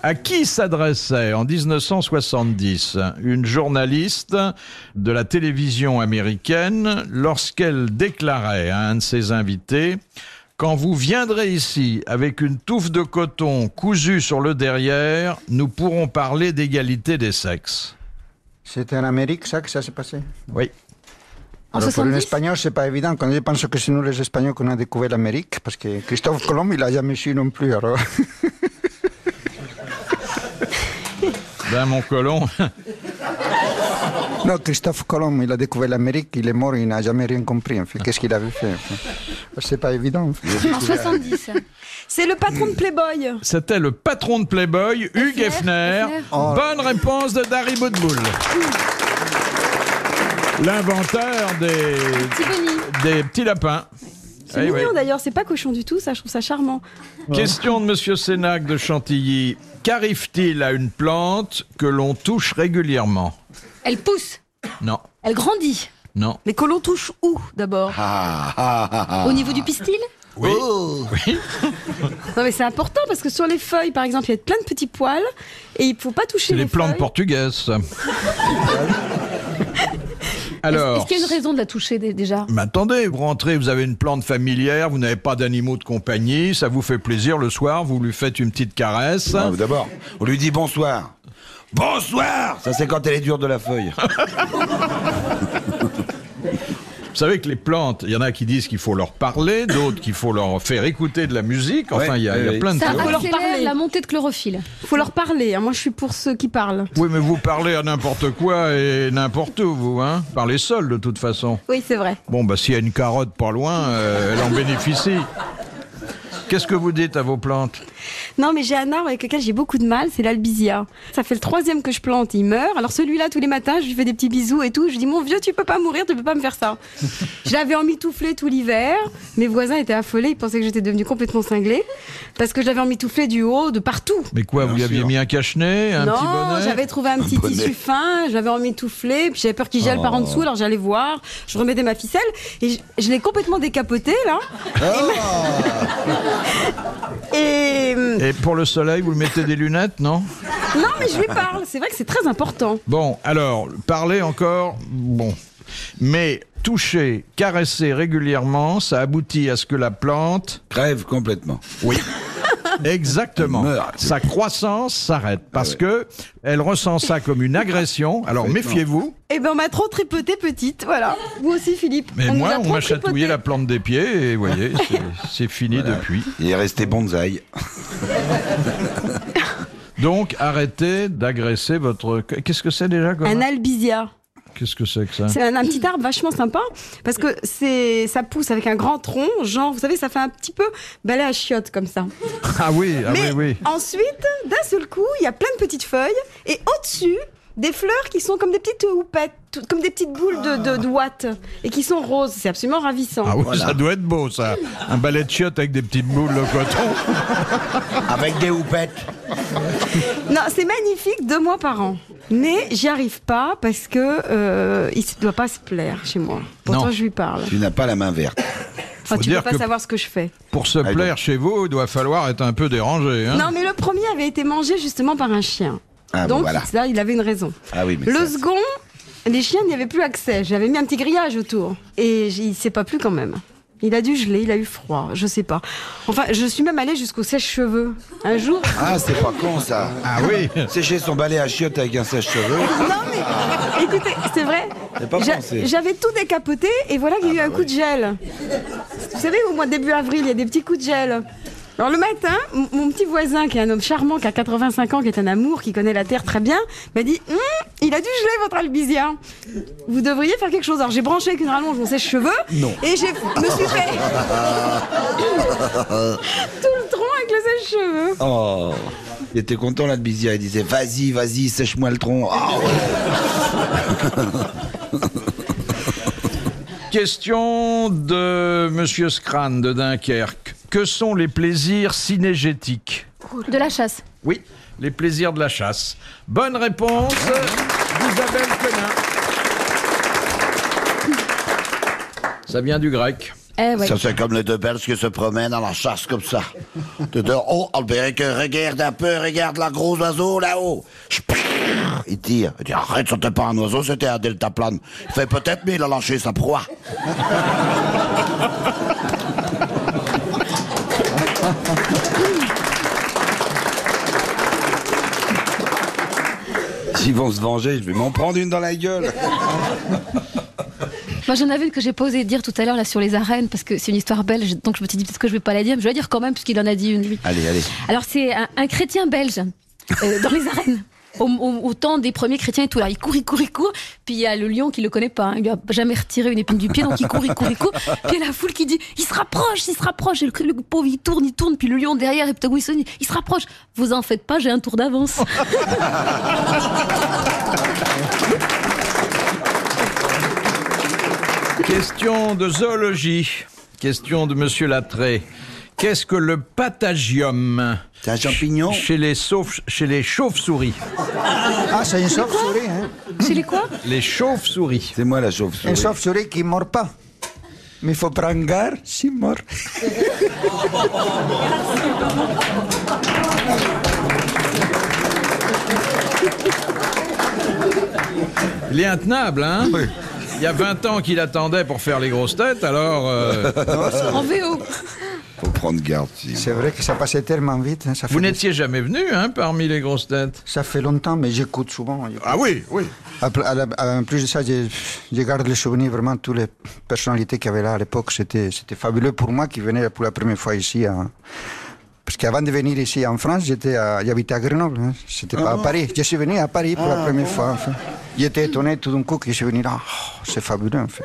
[SPEAKER 3] À qui s'adressait en 1970 une journaliste de la télévision américaine lorsqu'elle déclarait à un de ses invités Quand vous viendrez ici avec une touffe de coton cousue sur le derrière, nous pourrons parler d'égalité des sexes
[SPEAKER 4] C'était en Amérique, ça, que ça s'est passé
[SPEAKER 3] Oui.
[SPEAKER 2] En
[SPEAKER 4] Alors, pour un
[SPEAKER 2] 70?
[SPEAKER 4] Espagnol, c'est pas évident. Quand je pense que c'est nous les Espagnols qu'on a découvert l'Amérique, parce que Christophe Colomb, il a jamais su non plus. Alors,
[SPEAKER 3] Ben, mon colon,
[SPEAKER 4] non, Christophe Colomb, il a découvert l'Amérique, il est mort, il n'a jamais rien compris. En fait, qu'est-ce qu'il avait fait en fait C'est pas évident. en fait.
[SPEAKER 2] En 70.
[SPEAKER 6] C'est le patron
[SPEAKER 3] Hmm.
[SPEAKER 6] de Playboy.
[SPEAKER 3] c'était le patron de Playboy, Hugues Hefner.
[SPEAKER 2] Hefner.
[SPEAKER 4] Oh.
[SPEAKER 3] Bonne réponse de Dari Boudboul. L'inventeur des
[SPEAKER 2] Tiboni.
[SPEAKER 3] Des petits lapins.
[SPEAKER 6] C'est
[SPEAKER 3] Eh oui.
[SPEAKER 6] mignon d'ailleurs, c'est pas cochon du tout, ça, je trouve ça charmant.
[SPEAKER 3] Question de Monsieur Sénac de Chantilly. Qu'arrive-t-il à une plante que l'on touche régulièrement
[SPEAKER 2] Elle pousse,
[SPEAKER 3] Non,
[SPEAKER 2] elle grandit.
[SPEAKER 3] non.
[SPEAKER 7] Mais que l'on touche où d'abord
[SPEAKER 5] Ah, ah, ah, ah.
[SPEAKER 2] Au niveau du pistil
[SPEAKER 3] Oui.
[SPEAKER 6] Oh. Non mais c'est important parce que sur les feuilles, par exemple, il y a plein de petits poils et il faut pas toucher
[SPEAKER 3] C'est
[SPEAKER 6] les,
[SPEAKER 3] les plantes
[SPEAKER 6] feuilles.
[SPEAKER 3] portugaises. ça.
[SPEAKER 2] Est-ce
[SPEAKER 3] Alors.
[SPEAKER 2] qu'il y a une raison de la toucher dé- déjà
[SPEAKER 3] Mais attendez, vous rentrez, vous avez une plante familière, vous n'avez pas d'animaux de compagnie, ça vous fait plaisir le soir, vous lui faites une petite caresse.
[SPEAKER 5] Ah, D'abord, on lui dit bonsoir. Bonsoir Ça, c'est quand elle est dure de la feuille.
[SPEAKER 3] Vous savez que les plantes, il y en a qui disent qu'il faut leur parler, d'autres qu'il faut leur faire écouter de la musique. Enfin,
[SPEAKER 5] Ouais,
[SPEAKER 3] il y a, il y a
[SPEAKER 5] ouais,
[SPEAKER 3] plein de
[SPEAKER 2] Ça
[SPEAKER 3] théories.
[SPEAKER 6] leur
[SPEAKER 2] accélère
[SPEAKER 6] parler.
[SPEAKER 2] la montée de chlorophylle.
[SPEAKER 6] Faut leur parler. hein. Moi, je suis pour ceux qui parlent.
[SPEAKER 3] Oui, mais vous parlez à n'importe quoi et n'importe où, vous, hein Parlez seul, de toute façon.
[SPEAKER 6] Oui, c'est vrai.
[SPEAKER 3] Bon, bah, s'il y a une carotte pas loin, euh, elle en bénéficie. Qu'est-ce que vous dites à vos plantes
[SPEAKER 6] Non, mais j'ai un arbre avec lequel j'ai beaucoup de mal, c'est l'albizia. Ça fait le troisième que je plante, il meurt. Alors celui-là, tous les matins, je lui fais des petits bisous et tout. Je lui dis, mon vieux, tu peux pas mourir, tu peux pas me faire ça. je l'avais emmitouflé tout l'hiver. Mes voisins étaient affolés, ils pensaient que j'étais devenue complètement cinglée. Parce que je l'avais emmitouflé du haut, de partout.
[SPEAKER 3] Mais quoi, vous lui aviez mis un cache-nez, un petit
[SPEAKER 6] non,
[SPEAKER 3] bonnet Oh.
[SPEAKER 6] j'avais trouvé un petit
[SPEAKER 5] bonnet.
[SPEAKER 6] tissu fin, je l'avais emmitouflé, puis j'avais peur qu'il gèle par en dessous, alors j'allais voir, je remettais ma ficelle, et je, je l'ai complètement décapoté, là.
[SPEAKER 3] Ah.
[SPEAKER 6] Et, hum,
[SPEAKER 3] Et pour le soleil, vous lui mettez des lunettes, non
[SPEAKER 6] non, mais je lui parle, c'est vrai que c'est très important.
[SPEAKER 3] Bon, alors, parler encore, bon. Mais toucher, caresser régulièrement, ça aboutit à ce que la plante
[SPEAKER 5] Crève complètement.
[SPEAKER 3] Exactement.
[SPEAKER 5] Elle meurt.
[SPEAKER 3] Sa croissance s'arrête parce que elle ressent ça comme une agression. Alors
[SPEAKER 5] Complètement.
[SPEAKER 3] méfiez-vous.
[SPEAKER 6] Eh ben, on m'a trop tripoté petite, voilà. Vous aussi, Philippe.
[SPEAKER 3] Mais
[SPEAKER 6] nous
[SPEAKER 3] moi,
[SPEAKER 6] a
[SPEAKER 3] on
[SPEAKER 6] trop
[SPEAKER 3] m'a chatouillé
[SPEAKER 6] tripoté.
[SPEAKER 3] la plante des pieds et vous voyez, c'est- c'est fini depuis.
[SPEAKER 5] Il est resté bonsaï.
[SPEAKER 3] Donc arrêtez d'agresser votre. Qu'est-ce que c'est déjà comme
[SPEAKER 6] Un albizia.
[SPEAKER 3] Qu'est-ce que c'est que ça
[SPEAKER 6] C'est un, un petit arbre vachement sympa parce que c'est ça pousse avec un grand tronc, genre vous savez ça fait un petit peu balai à chiottes comme ça.
[SPEAKER 3] Ah oui, ah
[SPEAKER 6] Mais
[SPEAKER 3] oui, oui.
[SPEAKER 6] ensuite, d'un seul coup, il y a plein de petites feuilles et au-dessus, des fleurs qui sont comme des petites houpettes, tout- comme des petites boules de, de, de ouate, et qui sont roses. C'est absolument ravissant.
[SPEAKER 3] Ah oui, ça doit être beau ça. Un balai de chiottes avec des petites boules de coton.
[SPEAKER 5] Avec des houpettes.
[SPEAKER 6] Non, c'est magnifique deux mois par an. Mais j'y arrive pas parce que euh, il ne doit pas se plaire chez moi. Pourtant,
[SPEAKER 3] Non.
[SPEAKER 6] je lui parle.
[SPEAKER 5] Tu n'as pas la main verte. Ah,
[SPEAKER 6] Enfin, tu
[SPEAKER 3] dire
[SPEAKER 6] peux pas
[SPEAKER 3] que-
[SPEAKER 6] savoir ce que je fais.
[SPEAKER 3] Pour se
[SPEAKER 5] bon.
[SPEAKER 3] plaire chez vous, il doit falloir être un peu dérangé. Hein
[SPEAKER 6] Non, mais le premier avait été mangé justement par un chien.
[SPEAKER 5] Ah, bon,
[SPEAKER 6] Donc,
[SPEAKER 5] voilà.
[SPEAKER 6] c'est-à-dire, il avait une raison.
[SPEAKER 5] Ah oui, mais
[SPEAKER 6] le
[SPEAKER 5] ça, c'est-
[SPEAKER 6] second, les chiens n'y avaient plus accès. J'avais mis un petit grillage autour. Et j- il ne s'est pas plu quand même. Il a dû geler, il a eu froid, je sais pas. Enfin, je suis même allée jusqu'au sèche-cheveux. Un jour,
[SPEAKER 5] Ah, c'est pas con ça.
[SPEAKER 3] Ah oui
[SPEAKER 5] Sécher son balai à chiottes avec un sèche-cheveux.
[SPEAKER 6] Non mais écoutez, c'est vrai.
[SPEAKER 5] J'ai pas
[SPEAKER 6] J'a-
[SPEAKER 5] pensé. Ah, bah
[SPEAKER 6] J'avais tout décapoté et voilà qu'il y a eu un coup de gel. Vous savez, au mois de début avril, il y a des petits coups de gel. Alors le matin, m- mon petit voisin, qui est un homme charmant, qui a 85 ans, qui est un amour, qui connaît la terre très bien, m'a dit Hum, il a dû geler votre albizia. Vous devriez faire quelque chose. Alors j'ai branché avec une rallonge mon sèche-cheveux et j'ai me suis fait tout le tronc avec le sèche-cheveux.
[SPEAKER 5] Oh. Il était content là de Bizia, il disait vas-y, vas-y, sèche-moi le tronc. Ah, ouais.
[SPEAKER 3] Question de Monsieur Scran de Dunkerque. Que sont les plaisirs cinégétiques
[SPEAKER 2] De la chasse.
[SPEAKER 3] Oui, les plaisirs de la chasse. Bonne réponse
[SPEAKER 5] Ah
[SPEAKER 3] d'Isabelle Quenin. Ça vient du grec.
[SPEAKER 2] Eh ouais.
[SPEAKER 8] Ça, c'est comme les deux Belges qui se promènent à la chasse comme ça. De dehors, oh, Albéric, regarde un peu, regarde la gros oiseau là-haut. Chpire Il tire. Il dit, arrête, c'était pas un oiseau, c'était un deltaplane. Il fait peut-être, mais il a lâché sa proie.
[SPEAKER 5] S'ils vont se venger, je vais m'en prendre une dans la gueule.
[SPEAKER 2] Moi, j'en avais une que j'ai pas osé dire tout à l'heure là sur les arènes parce que c'est une histoire belge, donc je me suis dit peut-être que je vais pas la dire, mais je vais la dire quand même puisqu'il en a dit une lui.
[SPEAKER 5] Allez, allez.
[SPEAKER 2] Alors c'est un, un chrétien belge euh, dans les arènes. Au, au- au temps des premiers chrétiens et tout. Alors, il court, il court, il court. Puis il y a le lion qui le connaît pas. hein. Il lui a jamais retiré une épine du pied. Donc il court, il court, il court. Puis il y a la foule qui dit Il se rapproche, il se rapproche. Et le, le pauvre, il tourne, il tourne. Puis le lion derrière, et puis d'un coup, il se dit Il se rapproche. Vous en faites pas, j'ai un tour d'avance.
[SPEAKER 3] Question de zoologie. Question de Monsieur Latré. Qu'est-ce que le patagium
[SPEAKER 5] C'est un champignon
[SPEAKER 3] Chez les, sauf- chez les chauves-souris.
[SPEAKER 4] Ah, c'est une chauve-souris, hein.
[SPEAKER 2] Chez les quoi
[SPEAKER 3] Les chauves-souris.
[SPEAKER 5] C'est moi la
[SPEAKER 4] Une
[SPEAKER 5] chauve-souris.
[SPEAKER 4] chauve-souris qui ne mord pas. Mais il faut prendre garde s'il mord.
[SPEAKER 3] Il est intenable, hein Il y a 20 ans qu'il attendait pour faire les grosses têtes, alors... euh,
[SPEAKER 2] En VO.
[SPEAKER 5] Eh Faut prendre garde. si.
[SPEAKER 4] C'est vrai que ça passait tellement vite. hein, ça,
[SPEAKER 3] vous
[SPEAKER 4] fait,
[SPEAKER 3] n'étiez jamais venu, hein, parmi les grosses têtes
[SPEAKER 4] ça fait longtemps, mais j'écoute souvent.
[SPEAKER 3] Ah oui, oui.
[SPEAKER 4] Après- à la- à- En plus de ça, je, je garde le souvenir vraiment de toutes les personnalités qu'il y avait là à l'époque. C'était c'était fabuleux pour moi qui venais pour la première fois ici. à- Parce qu'avant de venir ici en France, j'étais à- j'habitais à Grenoble. hein. C'était pas
[SPEAKER 2] Ah.
[SPEAKER 4] à Paris. Je suis venu à Paris pour la première fois. enfin. J'étais étonné tout d'un coup que je suis venu là. Oh, c'est fabuleux en fait.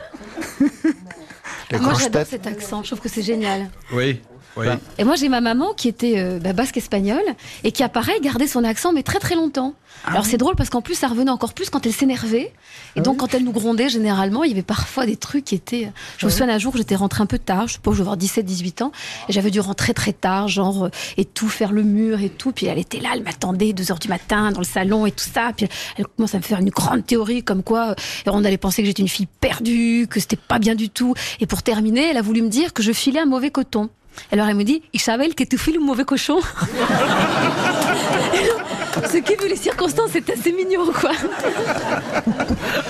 [SPEAKER 4] les
[SPEAKER 2] Ah, Moi,
[SPEAKER 4] grosses
[SPEAKER 2] j'adore
[SPEAKER 4] têtes.
[SPEAKER 2] cet accent. Je trouve que c'est génial.
[SPEAKER 3] Oui, oui.
[SPEAKER 2] Et moi, j'ai ma maman qui était euh, bah, basque espagnole et qui, apparaît gardait son accent, mais très très longtemps. Alors, c'est drôle parce qu'en plus, ça revenait encore plus quand elle s'énervait. Et donc, quand elle nous grondait, généralement, il y avait parfois des trucs qui étaient. euh, Je me souviens un jour, j'étais rentrée un peu tard, je sais pas, je devais avoir 17, 18 ans, et j'avais dû rentrer très tard, genre, euh, et tout, faire le mur et tout. Puis elle était là, elle m'attendait 2 heures du matin dans le salon et tout ça. Puis elle commence à me faire une grande théorie comme quoi euh, on allait penser que j'étais une fille perdue, que c'était pas bien du tout. Et pour terminer, elle a voulu me dire que je filais un mauvais coton. Alors elle me dit, Isabelle, que tu files un mauvais cochon. Ce qui, vu les circonstances, c'est assez mignon, quoi.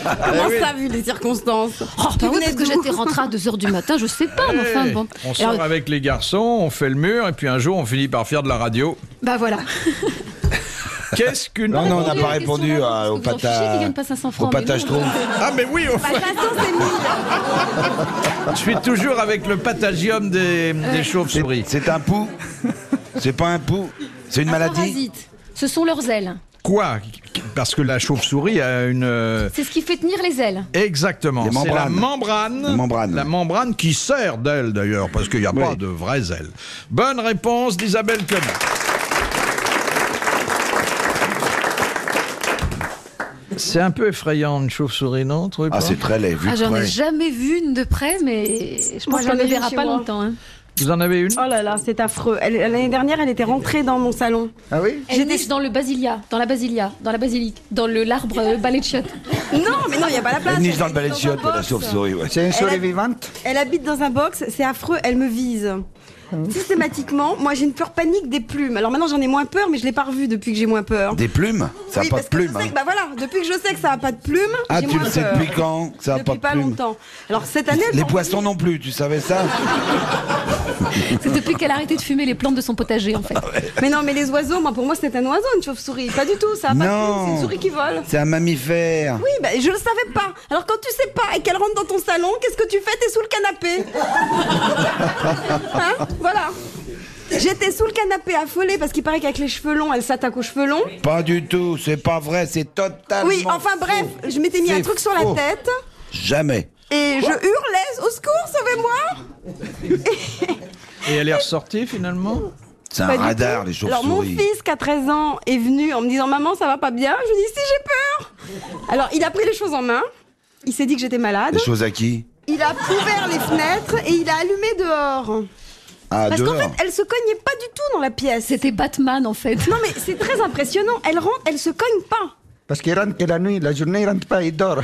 [SPEAKER 6] Comment ça, vu les circonstances
[SPEAKER 2] Oh,
[SPEAKER 6] Puis vous
[SPEAKER 2] peut-être
[SPEAKER 6] êtes
[SPEAKER 2] que
[SPEAKER 6] d'où
[SPEAKER 2] j'étais rentrée à 2h du matin, je sais pas, mais enfin bon.
[SPEAKER 3] On sort
[SPEAKER 2] Alors,
[SPEAKER 3] avec les garçons, on fait le mur, et puis un jour, on finit par faire de la radio.
[SPEAKER 2] bah voilà.
[SPEAKER 3] Qu'est-ce qu'une...
[SPEAKER 5] Non, non, on n'a pas
[SPEAKER 2] Répondez à la
[SPEAKER 5] répondu
[SPEAKER 2] question,
[SPEAKER 5] à-
[SPEAKER 2] parce
[SPEAKER 5] au
[SPEAKER 2] que vous en fichez qu'il gagne pas 500
[SPEAKER 5] patage. Au
[SPEAKER 2] francs, mais
[SPEAKER 5] patage
[SPEAKER 2] non.
[SPEAKER 5] trou.
[SPEAKER 3] Ah, mais oui, au fait, je suis toujours avec le patagium des, des chauves-souris.
[SPEAKER 5] C'est un pou C'est pas un pou C'est une
[SPEAKER 6] Ah,
[SPEAKER 2] un
[SPEAKER 5] maladie
[SPEAKER 2] parasite. Ce sont leurs ailes.
[SPEAKER 3] Quoi Parce que la chauve-souris a une... euh,
[SPEAKER 2] C'est ce qui fait tenir les ailes.
[SPEAKER 3] Exactement.
[SPEAKER 5] Les
[SPEAKER 3] C'est la
[SPEAKER 5] membranes.
[SPEAKER 3] membrane.
[SPEAKER 5] Les membranes.
[SPEAKER 3] La membrane qui sert d'aile d'ailleurs, parce qu'il n'y a
[SPEAKER 5] Oui.
[SPEAKER 3] pas de vraies ailes. Bonne réponse d'Isabelle Quenin. C'est un peu effrayant une chauve-souris, non trouvez
[SPEAKER 5] Ah,
[SPEAKER 3] pas
[SPEAKER 5] c'est très laid, vu
[SPEAKER 2] Ah,
[SPEAKER 5] de
[SPEAKER 2] j'en ai
[SPEAKER 5] près.
[SPEAKER 2] jamais vu une de près, mais je
[SPEAKER 6] Moi,
[SPEAKER 2] pense
[SPEAKER 6] j'en
[SPEAKER 2] qu'on
[SPEAKER 6] ai
[SPEAKER 2] ne
[SPEAKER 6] vu
[SPEAKER 2] verra
[SPEAKER 6] chez
[SPEAKER 2] pas
[SPEAKER 6] moi.
[SPEAKER 2] longtemps. hein.
[SPEAKER 3] Vous en avez une
[SPEAKER 6] Oh là là, c'est affreux. Elle- L'année dernière, elle était rentrée dans mon salon.
[SPEAKER 4] Ah oui
[SPEAKER 2] Elle niche dans le basilia, dans la basilia, dans la basilique, dans le l'arbre euh, balai de chiottes.
[SPEAKER 6] Non, mais non, il n'y a pas la place.
[SPEAKER 5] Elle niche dans le
[SPEAKER 6] habite
[SPEAKER 5] balai de
[SPEAKER 6] un
[SPEAKER 5] chiottes, la
[SPEAKER 6] box.
[SPEAKER 5] chauve-souris, ouais.
[SPEAKER 4] C'est une
[SPEAKER 6] Elle a-
[SPEAKER 4] souris vivante
[SPEAKER 6] Elle habite dans un box, c'est affreux, elle me vise. Systématiquement, moi j'ai une peur panique des plumes. Alors maintenant j'en ai moins peur, mais je l'ai pas revu depuis que j'ai moins peur.
[SPEAKER 5] Eh, Des plumes Ça n'a
[SPEAKER 6] Oui,
[SPEAKER 5] pas
[SPEAKER 6] parce
[SPEAKER 5] de
[SPEAKER 6] que je
[SPEAKER 5] plumes.
[SPEAKER 6] sais
[SPEAKER 5] hein.
[SPEAKER 6] que- bah voilà, depuis que je sais que ça a pas de plumes,
[SPEAKER 5] Ah,
[SPEAKER 6] j'ai
[SPEAKER 5] tu
[SPEAKER 6] moins
[SPEAKER 5] le sais
[SPEAKER 6] peur.
[SPEAKER 5] depuis quand que ça a
[SPEAKER 6] Depuis
[SPEAKER 5] pas de plumes
[SPEAKER 6] longtemps. Alors cette année,
[SPEAKER 5] Les
[SPEAKER 6] pour-
[SPEAKER 5] poissons non plus, tu savais ça
[SPEAKER 2] C'est depuis qu'elle a arrêté de fumer les plantes de son potager, en fait.
[SPEAKER 6] Mais non, mais les oiseaux, moi pour moi c'est un oiseau, une chauve-souris. Pas du tout, ça a pas de
[SPEAKER 5] Non.
[SPEAKER 6] plumes, c'est une souris qui vole.
[SPEAKER 5] C'est un mammifère.
[SPEAKER 6] Oui, bah, je le savais pas. Alors quand tu sais pas et qu'elle rentre dans ton salon, qu'est-ce que tu fais T'es sous le canapé. hein Voilà. J'étais sous le canapé affolée parce qu'il paraît qu'avec les cheveux longs, elle s'attaque aux cheveux longs.
[SPEAKER 5] Pas du tout, c'est pas vrai, c'est totalement.
[SPEAKER 6] Oui, enfin
[SPEAKER 5] faux.
[SPEAKER 6] bref, je m'étais mis un
[SPEAKER 5] C'est
[SPEAKER 6] truc sur la
[SPEAKER 5] faux.
[SPEAKER 6] tête
[SPEAKER 5] Jamais.
[SPEAKER 6] et je hurlais au secours, sauvez-moi
[SPEAKER 3] Et elle est ressortie finalement
[SPEAKER 5] C'est un
[SPEAKER 6] Pas du
[SPEAKER 5] radar,
[SPEAKER 6] tout.
[SPEAKER 5] les
[SPEAKER 6] Alors mon
[SPEAKER 5] chauves-souris.
[SPEAKER 6] fils qui a 13 ans est venu en me disant maman ça va pas bien. Je lui ai dit si j'ai peur. Alors il a pris les choses en main. Il s'est dit que j'étais malade.
[SPEAKER 5] Les choses à qui
[SPEAKER 6] Il a ouvert les fenêtres et il a allumé dehors.
[SPEAKER 5] Ah,
[SPEAKER 6] Parce qu'en
[SPEAKER 5] dehors.
[SPEAKER 6] fait elle se cognait pas du tout dans la pièce.
[SPEAKER 2] C'était Batman, en fait.
[SPEAKER 6] Non mais c'est très impressionnant. Elle rentre, elle se cogne pas.
[SPEAKER 4] Parce qu'il rentre que la nuit, la journée, il rentre pas, il dort.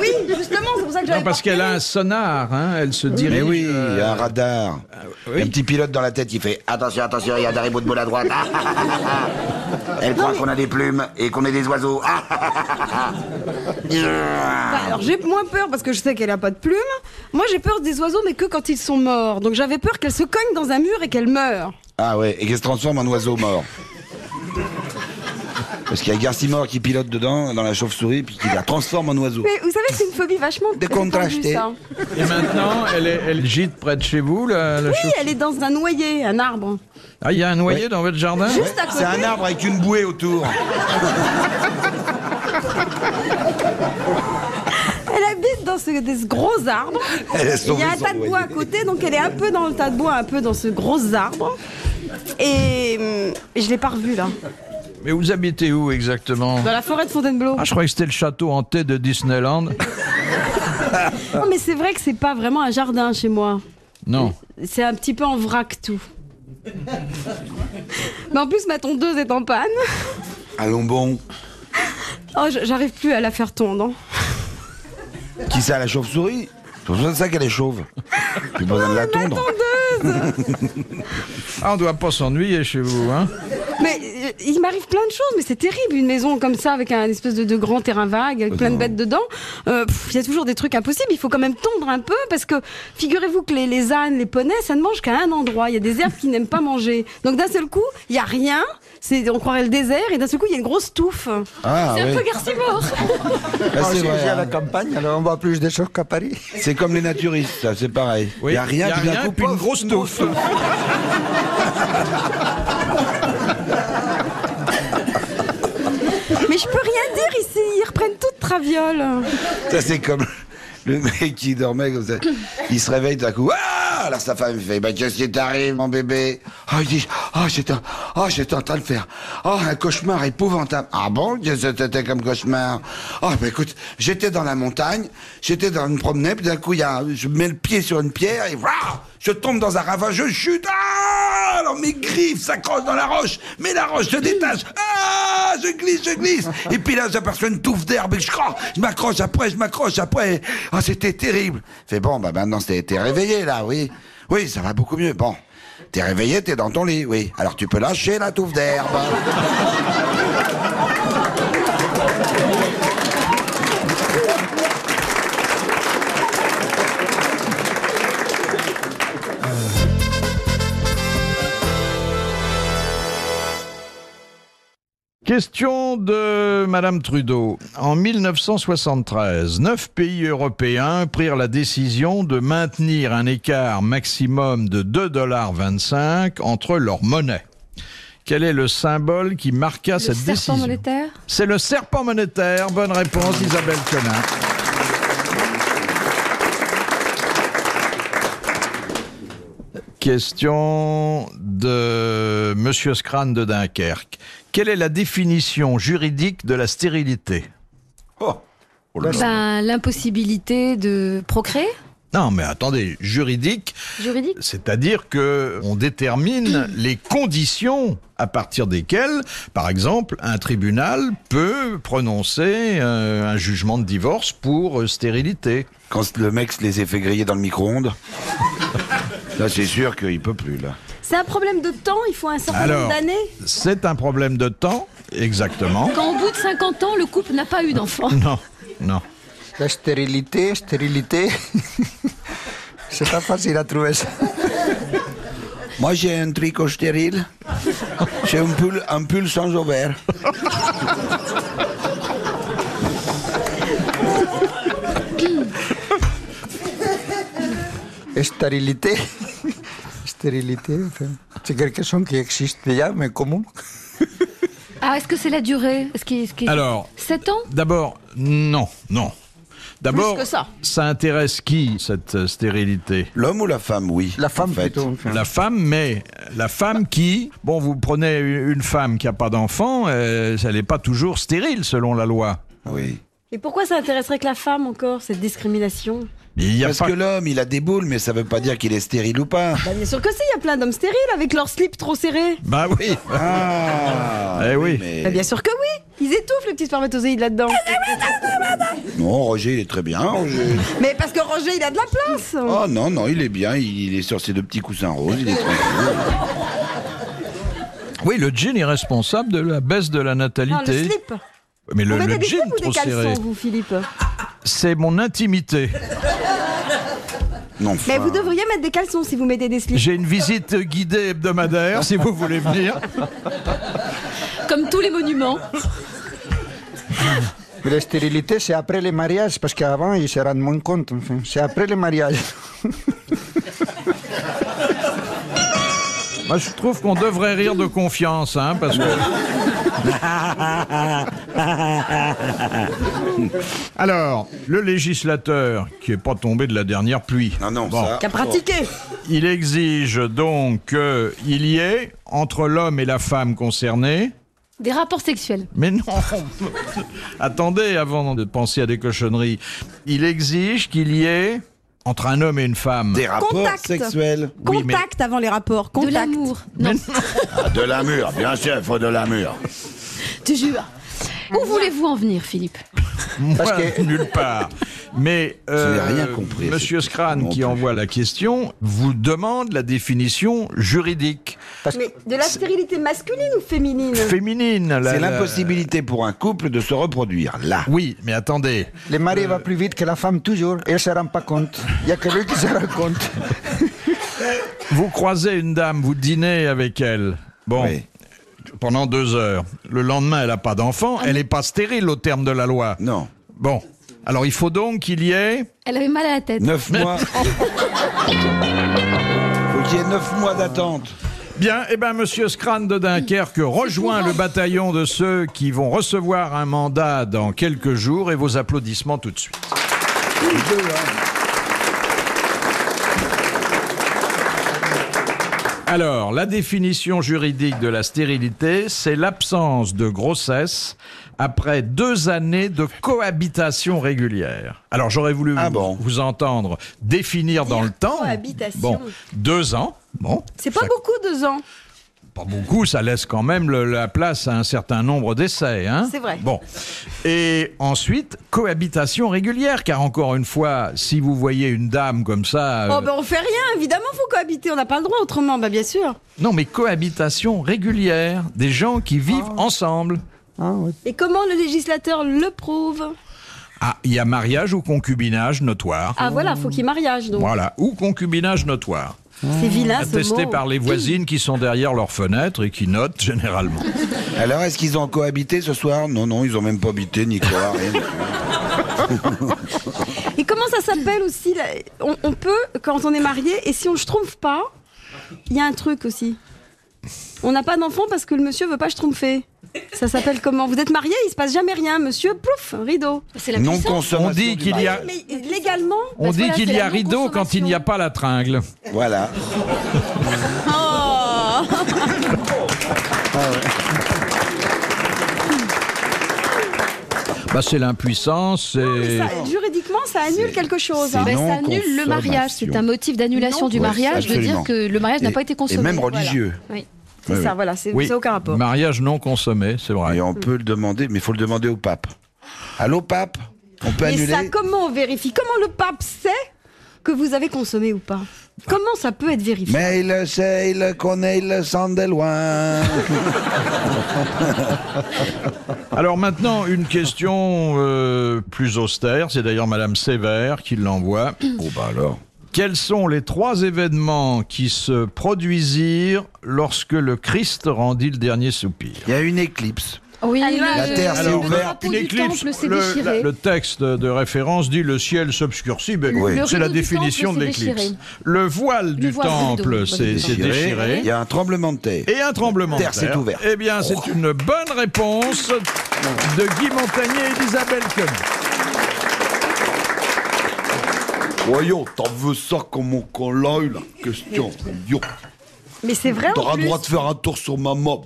[SPEAKER 6] Oui justement c'est pour ça que j'avais.
[SPEAKER 3] Non, parce
[SPEAKER 6] pas
[SPEAKER 3] qu'elle a
[SPEAKER 6] repéré.
[SPEAKER 3] un sonar, hein, elle se
[SPEAKER 5] Mais
[SPEAKER 3] dirige.
[SPEAKER 5] oui, ah. il y a
[SPEAKER 3] euh,
[SPEAKER 5] un radar.
[SPEAKER 3] oui.
[SPEAKER 5] Un petit pilote dans la tête, il fait
[SPEAKER 8] Attention, attention, il y a Darry Boudboul à droite. Ah, ah, ah, ah. Elle croit qu'on a des plumes et qu'on est des oiseaux. Ah, ah, ah, ah, ah.
[SPEAKER 6] Bah, alors j'ai moins peur parce que je sais qu'elle a pas de plumes. Moi j'ai peur des oiseaux mais que quand ils sont morts. Donc j'avais peur qu'elle se cogne dans un mur et qu'elle meure.
[SPEAKER 5] Ah ouais, et qu'elle se transforme en oiseau mort. Parce qu'il y a Garcimore qui pilote dedans, dans la chauve-souris, puis qui la transforme en oiseau.
[SPEAKER 6] Mais vous savez c'est une phobie vachement
[SPEAKER 5] Décontractée.
[SPEAKER 6] répandue, ça.
[SPEAKER 3] Et maintenant, elle, est, elle gîte près de chez vous, la, la
[SPEAKER 6] Oui,
[SPEAKER 3] chauve-
[SPEAKER 6] elle est dans un noyer, un arbre.
[SPEAKER 3] Ah, il y a un noyer dans votre jardin
[SPEAKER 6] Juste à
[SPEAKER 5] C'est
[SPEAKER 6] côté.
[SPEAKER 5] un arbre avec une bouée autour.
[SPEAKER 6] Elle habite dans ce, des gros arbres.
[SPEAKER 5] Elle est
[SPEAKER 6] Il y
[SPEAKER 5] sauvée
[SPEAKER 6] a un
[SPEAKER 5] son
[SPEAKER 6] tas de
[SPEAKER 5] loyer.
[SPEAKER 6] bois à côté, donc elle est un peu dans le tas de bois, un peu dans ce gros arbre. Et hum, je l'ai pas revue là.
[SPEAKER 3] Mais vous habitez où exactement
[SPEAKER 6] Dans la forêt de Fontainebleau.
[SPEAKER 3] Ah, je croyais que c'était le château hanté de Disneyland.
[SPEAKER 6] Non, mais c'est vrai que c'est pas vraiment un jardin chez moi.
[SPEAKER 3] Non.
[SPEAKER 6] C'est un petit peu en vrac tout. Mais en plus ma tondeuse est en panne.
[SPEAKER 5] Allons bon.
[SPEAKER 6] Oh, j- j'arrive plus à la faire tondre. hein.
[SPEAKER 5] Qui ça, la chauve-souris C'est pour ça qu'elle est chauve. Plus besoin de la tondre.
[SPEAKER 3] Ah, on doit pas s'ennuyer chez vous, hein
[SPEAKER 6] Mais euh, il m'arrive plein de choses, mais c'est terrible une maison comme ça avec un espèce de, de grand terrain vague, avec plein de bêtes dedans. Euh, pff, Il y a toujours des trucs impossibles. Il faut quand même tondre un peu parce que figurez-vous que les, les ânes, les poneys, ça ne mange qu'à un endroit. Il y a des herbes qui n'aiment pas manger. Donc d'un seul coup, il y a rien. C'est on croirait le désert et d'un seul coup, il y a une grosse touffe.
[SPEAKER 5] Ah
[SPEAKER 6] Un
[SPEAKER 5] ouais,
[SPEAKER 6] peu Garcimore.
[SPEAKER 5] Ah, c'est
[SPEAKER 4] Moi aussi,
[SPEAKER 5] vrai.
[SPEAKER 4] Oh, j'ai à la
[SPEAKER 5] hein.
[SPEAKER 4] campagne, alors on voit plus de choses qu'à Paris.
[SPEAKER 5] C'est comme les naturistes, ça, c'est pareil. Il
[SPEAKER 3] Oui.
[SPEAKER 5] n'y a rien,
[SPEAKER 3] Y a
[SPEAKER 5] puis d'un
[SPEAKER 3] rien,
[SPEAKER 5] coup,
[SPEAKER 3] puis une
[SPEAKER 5] pof,
[SPEAKER 3] grosse touffe.
[SPEAKER 6] Mais je peux rien dire ici. Ils reprennent toute traviole.
[SPEAKER 5] Ça, c'est comme le mec qui dormait comme ça. Il se réveille tout à coup. Ah Alors sa femme il fait Bah, qu'est-ce qui t'arrive, mon bébé Ah, il dit Ah, j'étais ah, j'étais en train de faire Ah, un cauchemar épouvantable. Ah bon Qu'est-ce que c'était comme cauchemar Ah, bah écoute, j'étais dans la montagne, j'étais dans une promenade, puis d'un coup, il y a, je mets le pied sur une pierre et voilà Je tombe dans un ravage, je chute Ah Alors mes griffes s'accrochent dans la roche, mais la roche se détache Ah Je glisse, je glisse Et puis là, j'aperçois une touffe d'herbe et je crois, je m'accroche après, je m'accroche après. Ah, c'était terrible. Fait bon, bah maintenant t'es t'es réveillé là, oui. Oui, ça va beaucoup mieux. Bon, t'es réveillé, t'es dans ton lit, oui. Alors tu peux lâcher la touffe d'herbe.
[SPEAKER 3] Question de Madame Trudeau. En 1973, neuf pays européens prirent la décision de maintenir un écart maximum de 2,25 entre leurs monnaies. Quel est le symbole qui marqua
[SPEAKER 2] Le
[SPEAKER 3] cette
[SPEAKER 2] serpent
[SPEAKER 3] décision
[SPEAKER 2] monétaire
[SPEAKER 3] C'est le serpent monétaire. Bonne réponse, Isabelle Collin. Question de Monsieur Scran de Dunkerque. Quelle est la définition juridique de la stérilité
[SPEAKER 5] Bah,
[SPEAKER 2] Ben, l'impossibilité de procréer,
[SPEAKER 3] Non, mais attendez, juridique,
[SPEAKER 2] juridique.
[SPEAKER 3] c'est-à-dire que on détermine les conditions à partir desquelles, par exemple, un tribunal peut prononcer euh, un jugement de divorce pour euh, stérilité.
[SPEAKER 5] Quand le mec se les a fait griller dans le micro-ondes.
[SPEAKER 9] Là, c'est sûr qu'il peut plus, là.
[SPEAKER 6] C'est un problème de temps, il faut un certain nombre
[SPEAKER 3] Alors,
[SPEAKER 6] d'années.
[SPEAKER 3] c'est un problème de temps, exactement.
[SPEAKER 2] Quand au bout de 50 ans, le couple n'a pas eu d'enfant.
[SPEAKER 3] Non, non.
[SPEAKER 4] La stérilité, stérilité. C'est pas facile à trouver ça.
[SPEAKER 5] Moi, j'ai un tricot stérile. J'ai un pull, un pull sans ovaire.
[SPEAKER 4] Stérilité. Stérilité. enfin, C'est quelque chose qui existe déjà, mais comment
[SPEAKER 2] Ah, est-ce que c'est la durée est -ce 7 ans
[SPEAKER 3] D'abord, non, non. D'abord,
[SPEAKER 6] Plus que ça.
[SPEAKER 3] intéresse qui, cette euh, stérilité
[SPEAKER 5] L'homme ou la femme, oui.
[SPEAKER 4] La femme
[SPEAKER 5] en fait.
[SPEAKER 4] plutôt. enfin.
[SPEAKER 3] La femme, mais la femme qui, bon, vous prenez une une femme qui n'a pas d'enfant, euh, elle n'est pas toujours stérile selon la loi.
[SPEAKER 5] Oui.
[SPEAKER 6] Et pourquoi ça intéresserait que la femme encore, cette discrimination
[SPEAKER 3] Il y a
[SPEAKER 5] Parce
[SPEAKER 3] pas-
[SPEAKER 5] que l'homme, il a des boules, mais ça veut pas dire qu'il est stérile ou pas.
[SPEAKER 6] Bah, Bien sûr que si, il y a plein d'hommes stériles avec leurs slips trop serrés.
[SPEAKER 3] Bah oui.
[SPEAKER 5] Ah
[SPEAKER 3] Eh oui.
[SPEAKER 6] Bah,
[SPEAKER 5] mais...
[SPEAKER 6] bien sûr que oui Ils étouffent les petits spermatozoïdes là-dedans.
[SPEAKER 5] Non, Roger, il est très bien, Roger.
[SPEAKER 6] Mais parce que Roger, il a de la place
[SPEAKER 5] Oh non, non, il est bien, il est sur ses deux petits coussins roses, il est tranquille.
[SPEAKER 3] Oui, le jean est responsable de la baisse de la
[SPEAKER 6] Non, Ah, le
[SPEAKER 3] natalité.
[SPEAKER 6] slip
[SPEAKER 3] mais le,
[SPEAKER 6] Vous mettez
[SPEAKER 3] le
[SPEAKER 6] des
[SPEAKER 3] jean
[SPEAKER 6] slips ou
[SPEAKER 3] trop
[SPEAKER 6] des
[SPEAKER 3] serré,
[SPEAKER 6] caleçons, vous, Philippe
[SPEAKER 3] c'est mon intimité.
[SPEAKER 5] Non,
[SPEAKER 6] Mais
[SPEAKER 5] enfin.
[SPEAKER 6] vous devriez mettre des caleçons si vous mettez des slips.
[SPEAKER 3] J'ai une visite guidée hebdomadaire, si vous voulez venir.
[SPEAKER 2] Comme tous les monuments.
[SPEAKER 4] Mais la stérilité, c'est après le mariage, parce qu'avant, ils se rendent moins compte. enfin. C'est après le mariage.
[SPEAKER 3] Moi, je trouve qu'on devrait rire de confiance, hein, parce que. Alors, le législateur, qui est pas tombé de la dernière pluie.
[SPEAKER 5] Non, non,
[SPEAKER 3] Bon.
[SPEAKER 5] ça...
[SPEAKER 6] Qu'à pratiquer
[SPEAKER 5] Oh.
[SPEAKER 3] Il exige donc qu'il y ait, entre l'homme et la femme concernée,
[SPEAKER 2] Des rapports sexuels.
[SPEAKER 3] mais non Attendez, avant de penser à des cochonneries, il exige qu'il y ait, entre un homme et une femme,
[SPEAKER 5] Des rapports
[SPEAKER 6] Contact.
[SPEAKER 5] sexuels.
[SPEAKER 3] Oui, mais-
[SPEAKER 6] Contact avant les rapports,
[SPEAKER 2] De
[SPEAKER 6] contact.
[SPEAKER 2] l'amour. Non,
[SPEAKER 5] Ah, de la mûre, bien sûr, il faut de la mûre.
[SPEAKER 2] te jure. Où voulez-vous en venir, Philippe
[SPEAKER 3] Moi,
[SPEAKER 4] que-
[SPEAKER 3] nulle part. Mais euh,
[SPEAKER 5] n'ai rien compris à
[SPEAKER 3] Monsieur
[SPEAKER 5] cette
[SPEAKER 3] Scran,
[SPEAKER 5] question
[SPEAKER 3] qui
[SPEAKER 5] non plus.
[SPEAKER 3] envoie la question, vous demande la définition juridique
[SPEAKER 6] Mais de la stérilité masculine ou féminine
[SPEAKER 3] féminine. la-
[SPEAKER 5] C'est
[SPEAKER 3] la-
[SPEAKER 5] l'impossibilité pour un couple de se reproduire, là.
[SPEAKER 3] Oui, mais attendez.
[SPEAKER 4] Le mari va plus vite que la femme, toujours. Elle se rend pas compte. Il n'y a que lui qui se rend compte.
[SPEAKER 3] Vous croisez une dame, vous dînez avec elle. Bon.
[SPEAKER 5] Oui.
[SPEAKER 3] Pendant deux heures. Le lendemain, elle n'a pas d'enfant. Elle n'est pas stérile au terme de la loi.
[SPEAKER 5] Non.
[SPEAKER 3] Bon. Alors, il faut donc qu'il y ait.
[SPEAKER 2] Elle avait mal à la tête.
[SPEAKER 5] Neuf mois. faut qu'il y ait neuf mois d'attente.
[SPEAKER 3] Bien, eh ben, Monsieur Scran de Dunkerque rejoint le bataillon de ceux qui vont recevoir un mandat dans quelques jours et vos applaudissements tout de suite. Alors, la définition juridique de la stérilité, c'est l'absence de grossesse après deux années de cohabitation régulière. Alors, j'aurais voulu
[SPEAKER 5] Ah
[SPEAKER 3] vous,
[SPEAKER 5] bon.
[SPEAKER 3] vous entendre définir dans le temps.
[SPEAKER 6] cohabitation.
[SPEAKER 3] Bon, deux ans. Bon,
[SPEAKER 6] C'est pas beaucoup, deux ans.
[SPEAKER 3] pas beaucoup, ça laisse quand même le- la place à un certain nombre d'essais. Hein
[SPEAKER 6] C'est vrai.
[SPEAKER 3] Bon. Et ensuite, cohabitation régulière, car encore une fois, si vous voyez une dame comme ça... euh,
[SPEAKER 6] Oh ben on fait rien, évidemment faut cohabiter, on n'a pas le droit autrement, bah bien sûr.
[SPEAKER 3] Non, mais cohabitation régulière, des gens qui vivent
[SPEAKER 6] Oh.
[SPEAKER 3] ensemble.
[SPEAKER 4] Ah, oui.
[SPEAKER 6] Et comment le législateur le prouve
[SPEAKER 3] Ah, il y a mariage ou concubinage notoire.
[SPEAKER 6] Ah voilà, faut qu'il y ait mariage donc.
[SPEAKER 3] Voilà, ou concubinage notoire.
[SPEAKER 6] C'est vilain Ah, ce
[SPEAKER 3] Attesté
[SPEAKER 6] mot.
[SPEAKER 3] par les voisines qui sont derrière leurs fenêtres et qui notent généralement.
[SPEAKER 5] Alors, est-ce qu'ils ont cohabité ce soir Non, non, ils ont même pas habité, ni quoi, rien. du tout.
[SPEAKER 6] Et comment ça s'appelle aussi là on, on peut, quand on est marié, et si on ne trompe pas, il y a un truc aussi. On n'a pas d'enfant parce que le monsieur veut pas se tromper. Ça s'appelle comment Vous êtes marié, il se passe jamais rien, monsieur, plouf, rideau.
[SPEAKER 2] C'est la
[SPEAKER 5] Non
[SPEAKER 2] puissance.
[SPEAKER 5] consommation.
[SPEAKER 3] On dit
[SPEAKER 5] du
[SPEAKER 3] qu'il y a,
[SPEAKER 5] mariage.
[SPEAKER 6] Mais légalement,
[SPEAKER 3] on
[SPEAKER 2] Parce que
[SPEAKER 3] dit
[SPEAKER 2] là,
[SPEAKER 3] qu'il
[SPEAKER 2] c'est
[SPEAKER 3] y a
[SPEAKER 2] la
[SPEAKER 3] rideau quand il n'y a
[SPEAKER 2] non-consommation.
[SPEAKER 3] pas la tringle.
[SPEAKER 5] Voilà.
[SPEAKER 3] Bah, c'est l'impuissance. c'est-
[SPEAKER 6] ça- juridiquement, ça annule quelque chose. hein.
[SPEAKER 2] Ben, ça
[SPEAKER 5] Non,
[SPEAKER 2] annule le mariage. C'est un motif d'annulation du
[SPEAKER 5] Ouais,
[SPEAKER 2] mariage de dire
[SPEAKER 5] absolument.
[SPEAKER 2] que le mariage n'a
[SPEAKER 5] Et-
[SPEAKER 2] pas été
[SPEAKER 5] et
[SPEAKER 2] consommé.
[SPEAKER 5] même
[SPEAKER 2] Voilà.
[SPEAKER 5] religieux.
[SPEAKER 2] Oui.
[SPEAKER 6] C'est ça, voilà, c'est
[SPEAKER 3] Oui,
[SPEAKER 6] ça a aucun rapport.
[SPEAKER 3] mariage non consommé, c'est vrai.
[SPEAKER 5] Et on peut le demander, mais il faut le demander au pape. Allô, pape On peut
[SPEAKER 6] Et
[SPEAKER 5] annuler
[SPEAKER 6] ça, comment on vérifie Comment le pape sait
[SPEAKER 7] que vous avez consommé ou pas. Comment ça peut être vérifié
[SPEAKER 5] Mais il le sait, il le connaît, il le sent de loin.
[SPEAKER 3] Alors maintenant, une question euh, plus austère, c'est d'ailleurs Madame Sévère qui l'envoie.
[SPEAKER 5] Bon, bah alors.
[SPEAKER 3] Quels sont les trois événements qui se produisirent lorsque le Christ rendit le dernier soupir
[SPEAKER 5] Il y a une éclipse.
[SPEAKER 2] Oui,
[SPEAKER 5] La
[SPEAKER 2] je-
[SPEAKER 5] Terre s'est
[SPEAKER 2] le
[SPEAKER 5] ouverte.
[SPEAKER 2] drapeau
[SPEAKER 3] Une
[SPEAKER 2] du
[SPEAKER 3] éclipse,
[SPEAKER 2] temple s'est
[SPEAKER 3] le, la-
[SPEAKER 2] déchiré.
[SPEAKER 3] le texte de référence dit le ciel s'obscurcit, ben,
[SPEAKER 5] Oui.
[SPEAKER 2] Le
[SPEAKER 3] c'est la
[SPEAKER 2] rideau du
[SPEAKER 3] définition de
[SPEAKER 2] temple s'est
[SPEAKER 3] l'éclipse.
[SPEAKER 2] déchiré.
[SPEAKER 3] Le voile du
[SPEAKER 2] voile du
[SPEAKER 3] temple
[SPEAKER 2] dôme,
[SPEAKER 3] s'est
[SPEAKER 2] oui.
[SPEAKER 3] s'est déchiré.
[SPEAKER 5] Il y a un tremblement de terre.
[SPEAKER 3] Et un tremblement
[SPEAKER 5] Terre
[SPEAKER 3] de
[SPEAKER 5] s'est
[SPEAKER 3] terre.
[SPEAKER 5] ouverte.
[SPEAKER 3] Eh bien, c'est une bonne réponse de Guy Montagnier et d'Isabelle Quenu.
[SPEAKER 5] Voyons, t'en veux ça comme on qu'on l'a eu, la question. Voyons.
[SPEAKER 7] Mais c'est vrai en
[SPEAKER 5] T'auras
[SPEAKER 7] plus.
[SPEAKER 5] droit de faire un tour sur ma mob.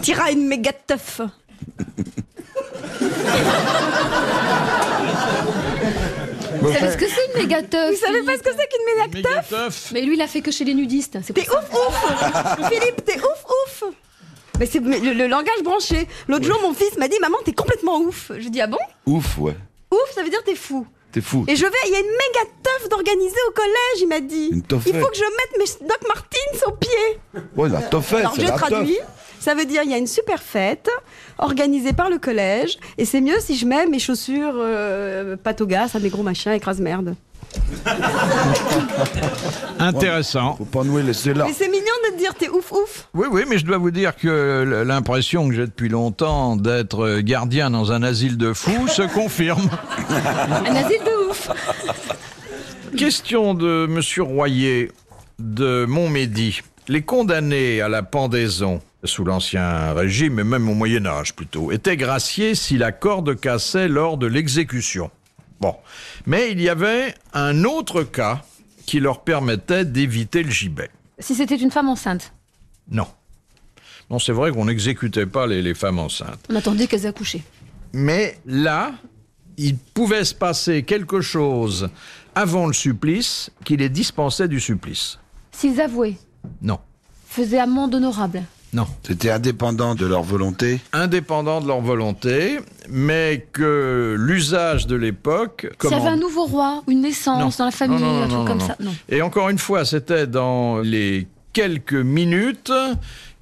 [SPEAKER 7] Tira une méga teuf.
[SPEAKER 2] Vous savez ce que c'est une méga teuf
[SPEAKER 7] Vous savez pas ce que c'est qu'une méga teuf
[SPEAKER 3] Mégateuf.
[SPEAKER 2] Mais lui, il l'a fait que chez les nudistes. C'est
[SPEAKER 7] T'es ouf ouf Philippe, t'es ouf ouf mais c'est mais le, le langage branché. L'autre jour, mon fils m'a dit Maman, t'es complètement ouf. Je dis Ah bon
[SPEAKER 5] Ouf, ouais.
[SPEAKER 7] Ouf, ça veut dire t'es fou.
[SPEAKER 5] T'es fou.
[SPEAKER 7] Et je vais, il y a une méga teuf d'organiser au collège, il m'a dit.
[SPEAKER 5] Une teufette.
[SPEAKER 7] il faut que je mette mes Doc Martens au pied.
[SPEAKER 5] Ouais, la toffette,
[SPEAKER 7] Alors
[SPEAKER 5] c'est
[SPEAKER 7] je
[SPEAKER 5] la
[SPEAKER 7] traduis.
[SPEAKER 5] teuf.
[SPEAKER 7] Ça veut dire il y a une super fête organisée par le collège et c'est mieux si je mets mes chaussures euh, patogas à mes gros machins écrase merde.
[SPEAKER 3] Intéressant.
[SPEAKER 5] Faut pas nous laisser là.
[SPEAKER 7] Mais c'est mignon de te dire t'es ouf ouf.
[SPEAKER 3] Oui, oui, mais je dois vous dire que l- l'impression que j'ai depuis longtemps d'être gardien dans un asile de fous se confirme.
[SPEAKER 2] un asile de ouf.
[SPEAKER 3] Question de Monsieur Royer de Montmédy. Les condamnés à la pendaison sous l'Ancien Régime, et même au Moyen Âge plutôt, étaient graciés si la corde cassait lors de l'exécution. Bon. Mais il y avait un autre cas qui leur permettait d'éviter le gibet.
[SPEAKER 2] Si c'était une femme enceinte,
[SPEAKER 3] Non. Non, c'est vrai qu'on n'exécutait pas les- les femmes enceintes.
[SPEAKER 2] on attendait qu'elles accouchaient.
[SPEAKER 3] Mais là, il pouvait se passer quelque chose avant le supplice qui les dispensait du supplice.
[SPEAKER 2] S'ils avouaient,
[SPEAKER 3] Non,
[SPEAKER 2] faisaient amende honorable.
[SPEAKER 3] non.
[SPEAKER 5] C'était indépendant de leur volonté.
[SPEAKER 3] Indépendant de leur volonté, mais que l'usage de l'époque.
[SPEAKER 2] S'il y avait
[SPEAKER 3] commande-
[SPEAKER 2] un nouveau roi, une naissance dans la famille,
[SPEAKER 3] Non, non, non,
[SPEAKER 2] un truc
[SPEAKER 3] non,
[SPEAKER 2] comme
[SPEAKER 3] non.
[SPEAKER 2] ça. Non.
[SPEAKER 3] Et encore une fois, c'était dans les quelques minutes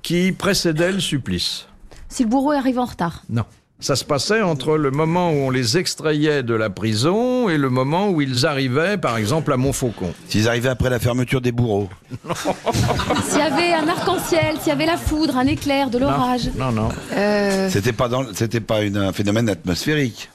[SPEAKER 3] qui précédaient le supplice.
[SPEAKER 2] Si le bourreau arrive en retard.
[SPEAKER 3] Non. Ça se passait entre le moment où on les extrayait de la prison et le moment où ils arrivaient, par exemple, à Montfaucon.
[SPEAKER 5] S'ils arrivaient après la fermeture des bourreaux.
[SPEAKER 2] S'il y avait un arc-en-ciel, s'il y avait la foudre, un éclair, de l'orage.
[SPEAKER 3] Non, non.
[SPEAKER 2] Euh,
[SPEAKER 5] C'était pas, dans, c'était pas une- un phénomène atmosphérique.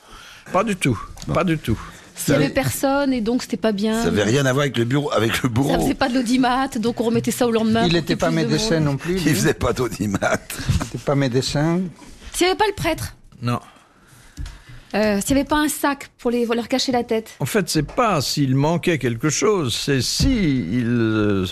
[SPEAKER 3] Pas du tout. Pas du tout.
[SPEAKER 2] s'il y avait personne et donc c'était pas bien.
[SPEAKER 5] Ça avait rien à voir avec le, bureau, avec le
[SPEAKER 2] Ça
[SPEAKER 5] bourreau.
[SPEAKER 2] faisait pas de l'audimat, donc on remettait ça au lendemain.
[SPEAKER 4] Il
[SPEAKER 2] pour
[SPEAKER 4] n'était
[SPEAKER 2] qu'il y
[SPEAKER 4] pas
[SPEAKER 2] ait plus de
[SPEAKER 4] médecin
[SPEAKER 2] monde.
[SPEAKER 4] non plus.
[SPEAKER 5] Ils
[SPEAKER 4] lui.
[SPEAKER 5] faisaient pas d'audimat.
[SPEAKER 4] Il n'était pas médecin.
[SPEAKER 2] S'il n'y avait pas le prêtre,
[SPEAKER 3] Non.
[SPEAKER 2] euh, s'il n'y avait pas un sac pour les, leur cacher la tête.
[SPEAKER 3] En fait, c'est pas s'il manquait quelque chose, c'est si il euh,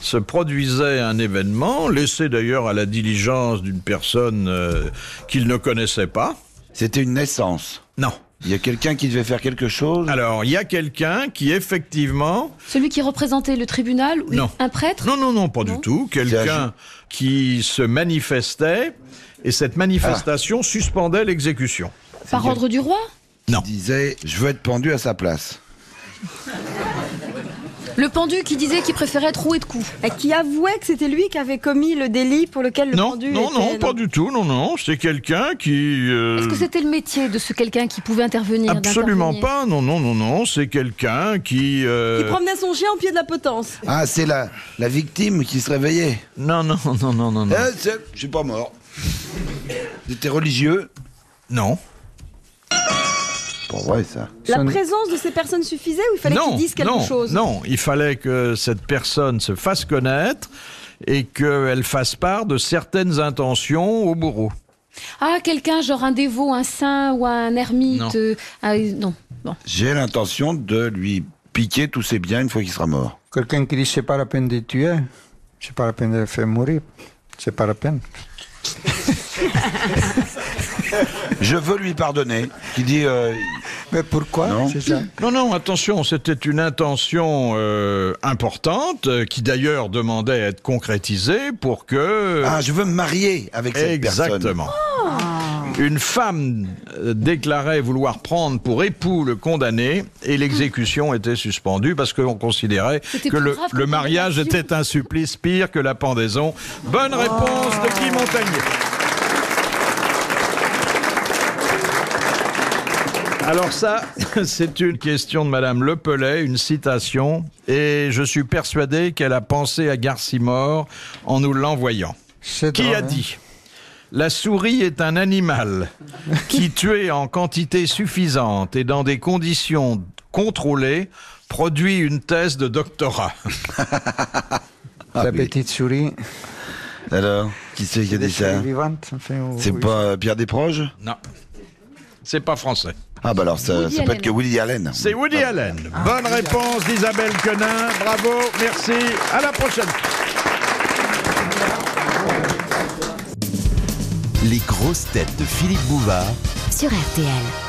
[SPEAKER 3] se produisait un événement, laissé d'ailleurs à la diligence d'une personne euh, qu'il ne connaissait pas.
[SPEAKER 5] C'était une naissance.
[SPEAKER 3] Non.
[SPEAKER 5] Il y a quelqu'un qui devait faire quelque chose.
[SPEAKER 3] Alors, il y a quelqu'un qui effectivement
[SPEAKER 2] Celui qui représentait le tribunal, ou
[SPEAKER 3] Non.
[SPEAKER 2] un prêtre
[SPEAKER 3] Non, non, non, pas du tout. Quelqu'un qui se manifestait et cette manifestation suspendait l'exécution.
[SPEAKER 2] par ordre du roi.
[SPEAKER 3] Non.
[SPEAKER 5] Qui disait Je veux être pendu à sa place.
[SPEAKER 2] Le pendu qui disait qu'il préférait être roué de coups.
[SPEAKER 7] Et Bah, qui avouait que c'était lui qui avait commis le délit pour lequel le
[SPEAKER 3] non,
[SPEAKER 7] pendu
[SPEAKER 3] non,
[SPEAKER 7] était.
[SPEAKER 3] non, pas du tout. Non, non, c'est quelqu'un qui. euh,
[SPEAKER 2] Est-ce que c'était le métier de ce quelqu'un qui pouvait intervenir
[SPEAKER 3] Absolument
[SPEAKER 2] d'intervenir
[SPEAKER 3] pas. Non, non, non, non. C'est quelqu'un qui. euh,
[SPEAKER 7] Il promenait son chien au pied de la potence.
[SPEAKER 5] Ah, c'est la, la victime qui se réveillait.
[SPEAKER 3] Non, non, non, non, non, non.
[SPEAKER 5] Eh, c'est- je suis pas mort. J'étais religieux.
[SPEAKER 3] Non.
[SPEAKER 5] Pour vrai, ça.
[SPEAKER 7] La
[SPEAKER 4] Son-
[SPEAKER 7] présence de ces personnes suffisait ou il fallait
[SPEAKER 3] non,
[SPEAKER 7] qu'ils disent quelque
[SPEAKER 3] non,
[SPEAKER 7] chose
[SPEAKER 3] non. Il fallait que cette personne se fasse connaître et qu'elle fasse part de certaines intentions au bourreau.
[SPEAKER 2] Ah, quelqu'un, genre un dévot, un saint ou un ermite.
[SPEAKER 3] Non.
[SPEAKER 2] euh, ah, euh, non. Bon.
[SPEAKER 5] J'ai l'intention de lui piquer tous ses biens une fois qu'il sera mort.
[SPEAKER 4] Quelqu'un qui dit c'est pas la peine de tuer, c'est pas la peine de le faire mourir, c'est pas la peine.
[SPEAKER 5] Je veux lui pardonner. Qui dit euh,
[SPEAKER 4] Mais pourquoi
[SPEAKER 5] Non.
[SPEAKER 4] C'est ça.
[SPEAKER 3] Non, non, attention, c'était une intention euh, importante euh, qui d'ailleurs demandait à être concrétisée pour que...
[SPEAKER 5] euh,
[SPEAKER 3] euh,
[SPEAKER 5] Ah, je veux me marier avec cette personne.
[SPEAKER 3] Exactement. Une femme euh, déclarait vouloir prendre pour époux le condamné et
[SPEAKER 5] Ah.
[SPEAKER 3] l'exécution était suspendue parce qu'on considérait
[SPEAKER 2] C'était
[SPEAKER 3] que
[SPEAKER 2] plus
[SPEAKER 3] le,
[SPEAKER 2] grave
[SPEAKER 3] le
[SPEAKER 2] que
[SPEAKER 3] mariage
[SPEAKER 2] condamnation.
[SPEAKER 3] était un supplice pire que la pendaison. Bonne
[SPEAKER 5] Oh.
[SPEAKER 3] réponse de Guy Montagnier. Alors ça, c'est une question de Madame Le Pellet, une citation, et je suis persuadé qu'elle a pensé à Garcimore en nous l'envoyant.
[SPEAKER 4] C'est
[SPEAKER 3] Qui
[SPEAKER 4] drôle,
[SPEAKER 3] a
[SPEAKER 4] hein.
[SPEAKER 3] dit La souris est un animal qui, tué en quantité suffisante et dans des conditions contrôlées, produit une thèse de doctorat.
[SPEAKER 4] hein. La petite souris,
[SPEAKER 5] Alors, qui c'est qui a dit ça
[SPEAKER 4] souris vivante. enfin, ou-
[SPEAKER 5] C'est
[SPEAKER 4] oui.
[SPEAKER 5] pas euh, Pierre Desproges
[SPEAKER 3] Non. C'est pas français.
[SPEAKER 5] Ah bah alors, ça,
[SPEAKER 2] Woody
[SPEAKER 5] ça peut
[SPEAKER 2] Allen.
[SPEAKER 5] être que Woody Allen.
[SPEAKER 3] C'est Woody Allen. Bonne réponse d'Isabelle Quenin. Bravo, merci. À la prochaine.
[SPEAKER 1] Les grosses têtes de Philippe Bouvard
[SPEAKER 10] sur RTL.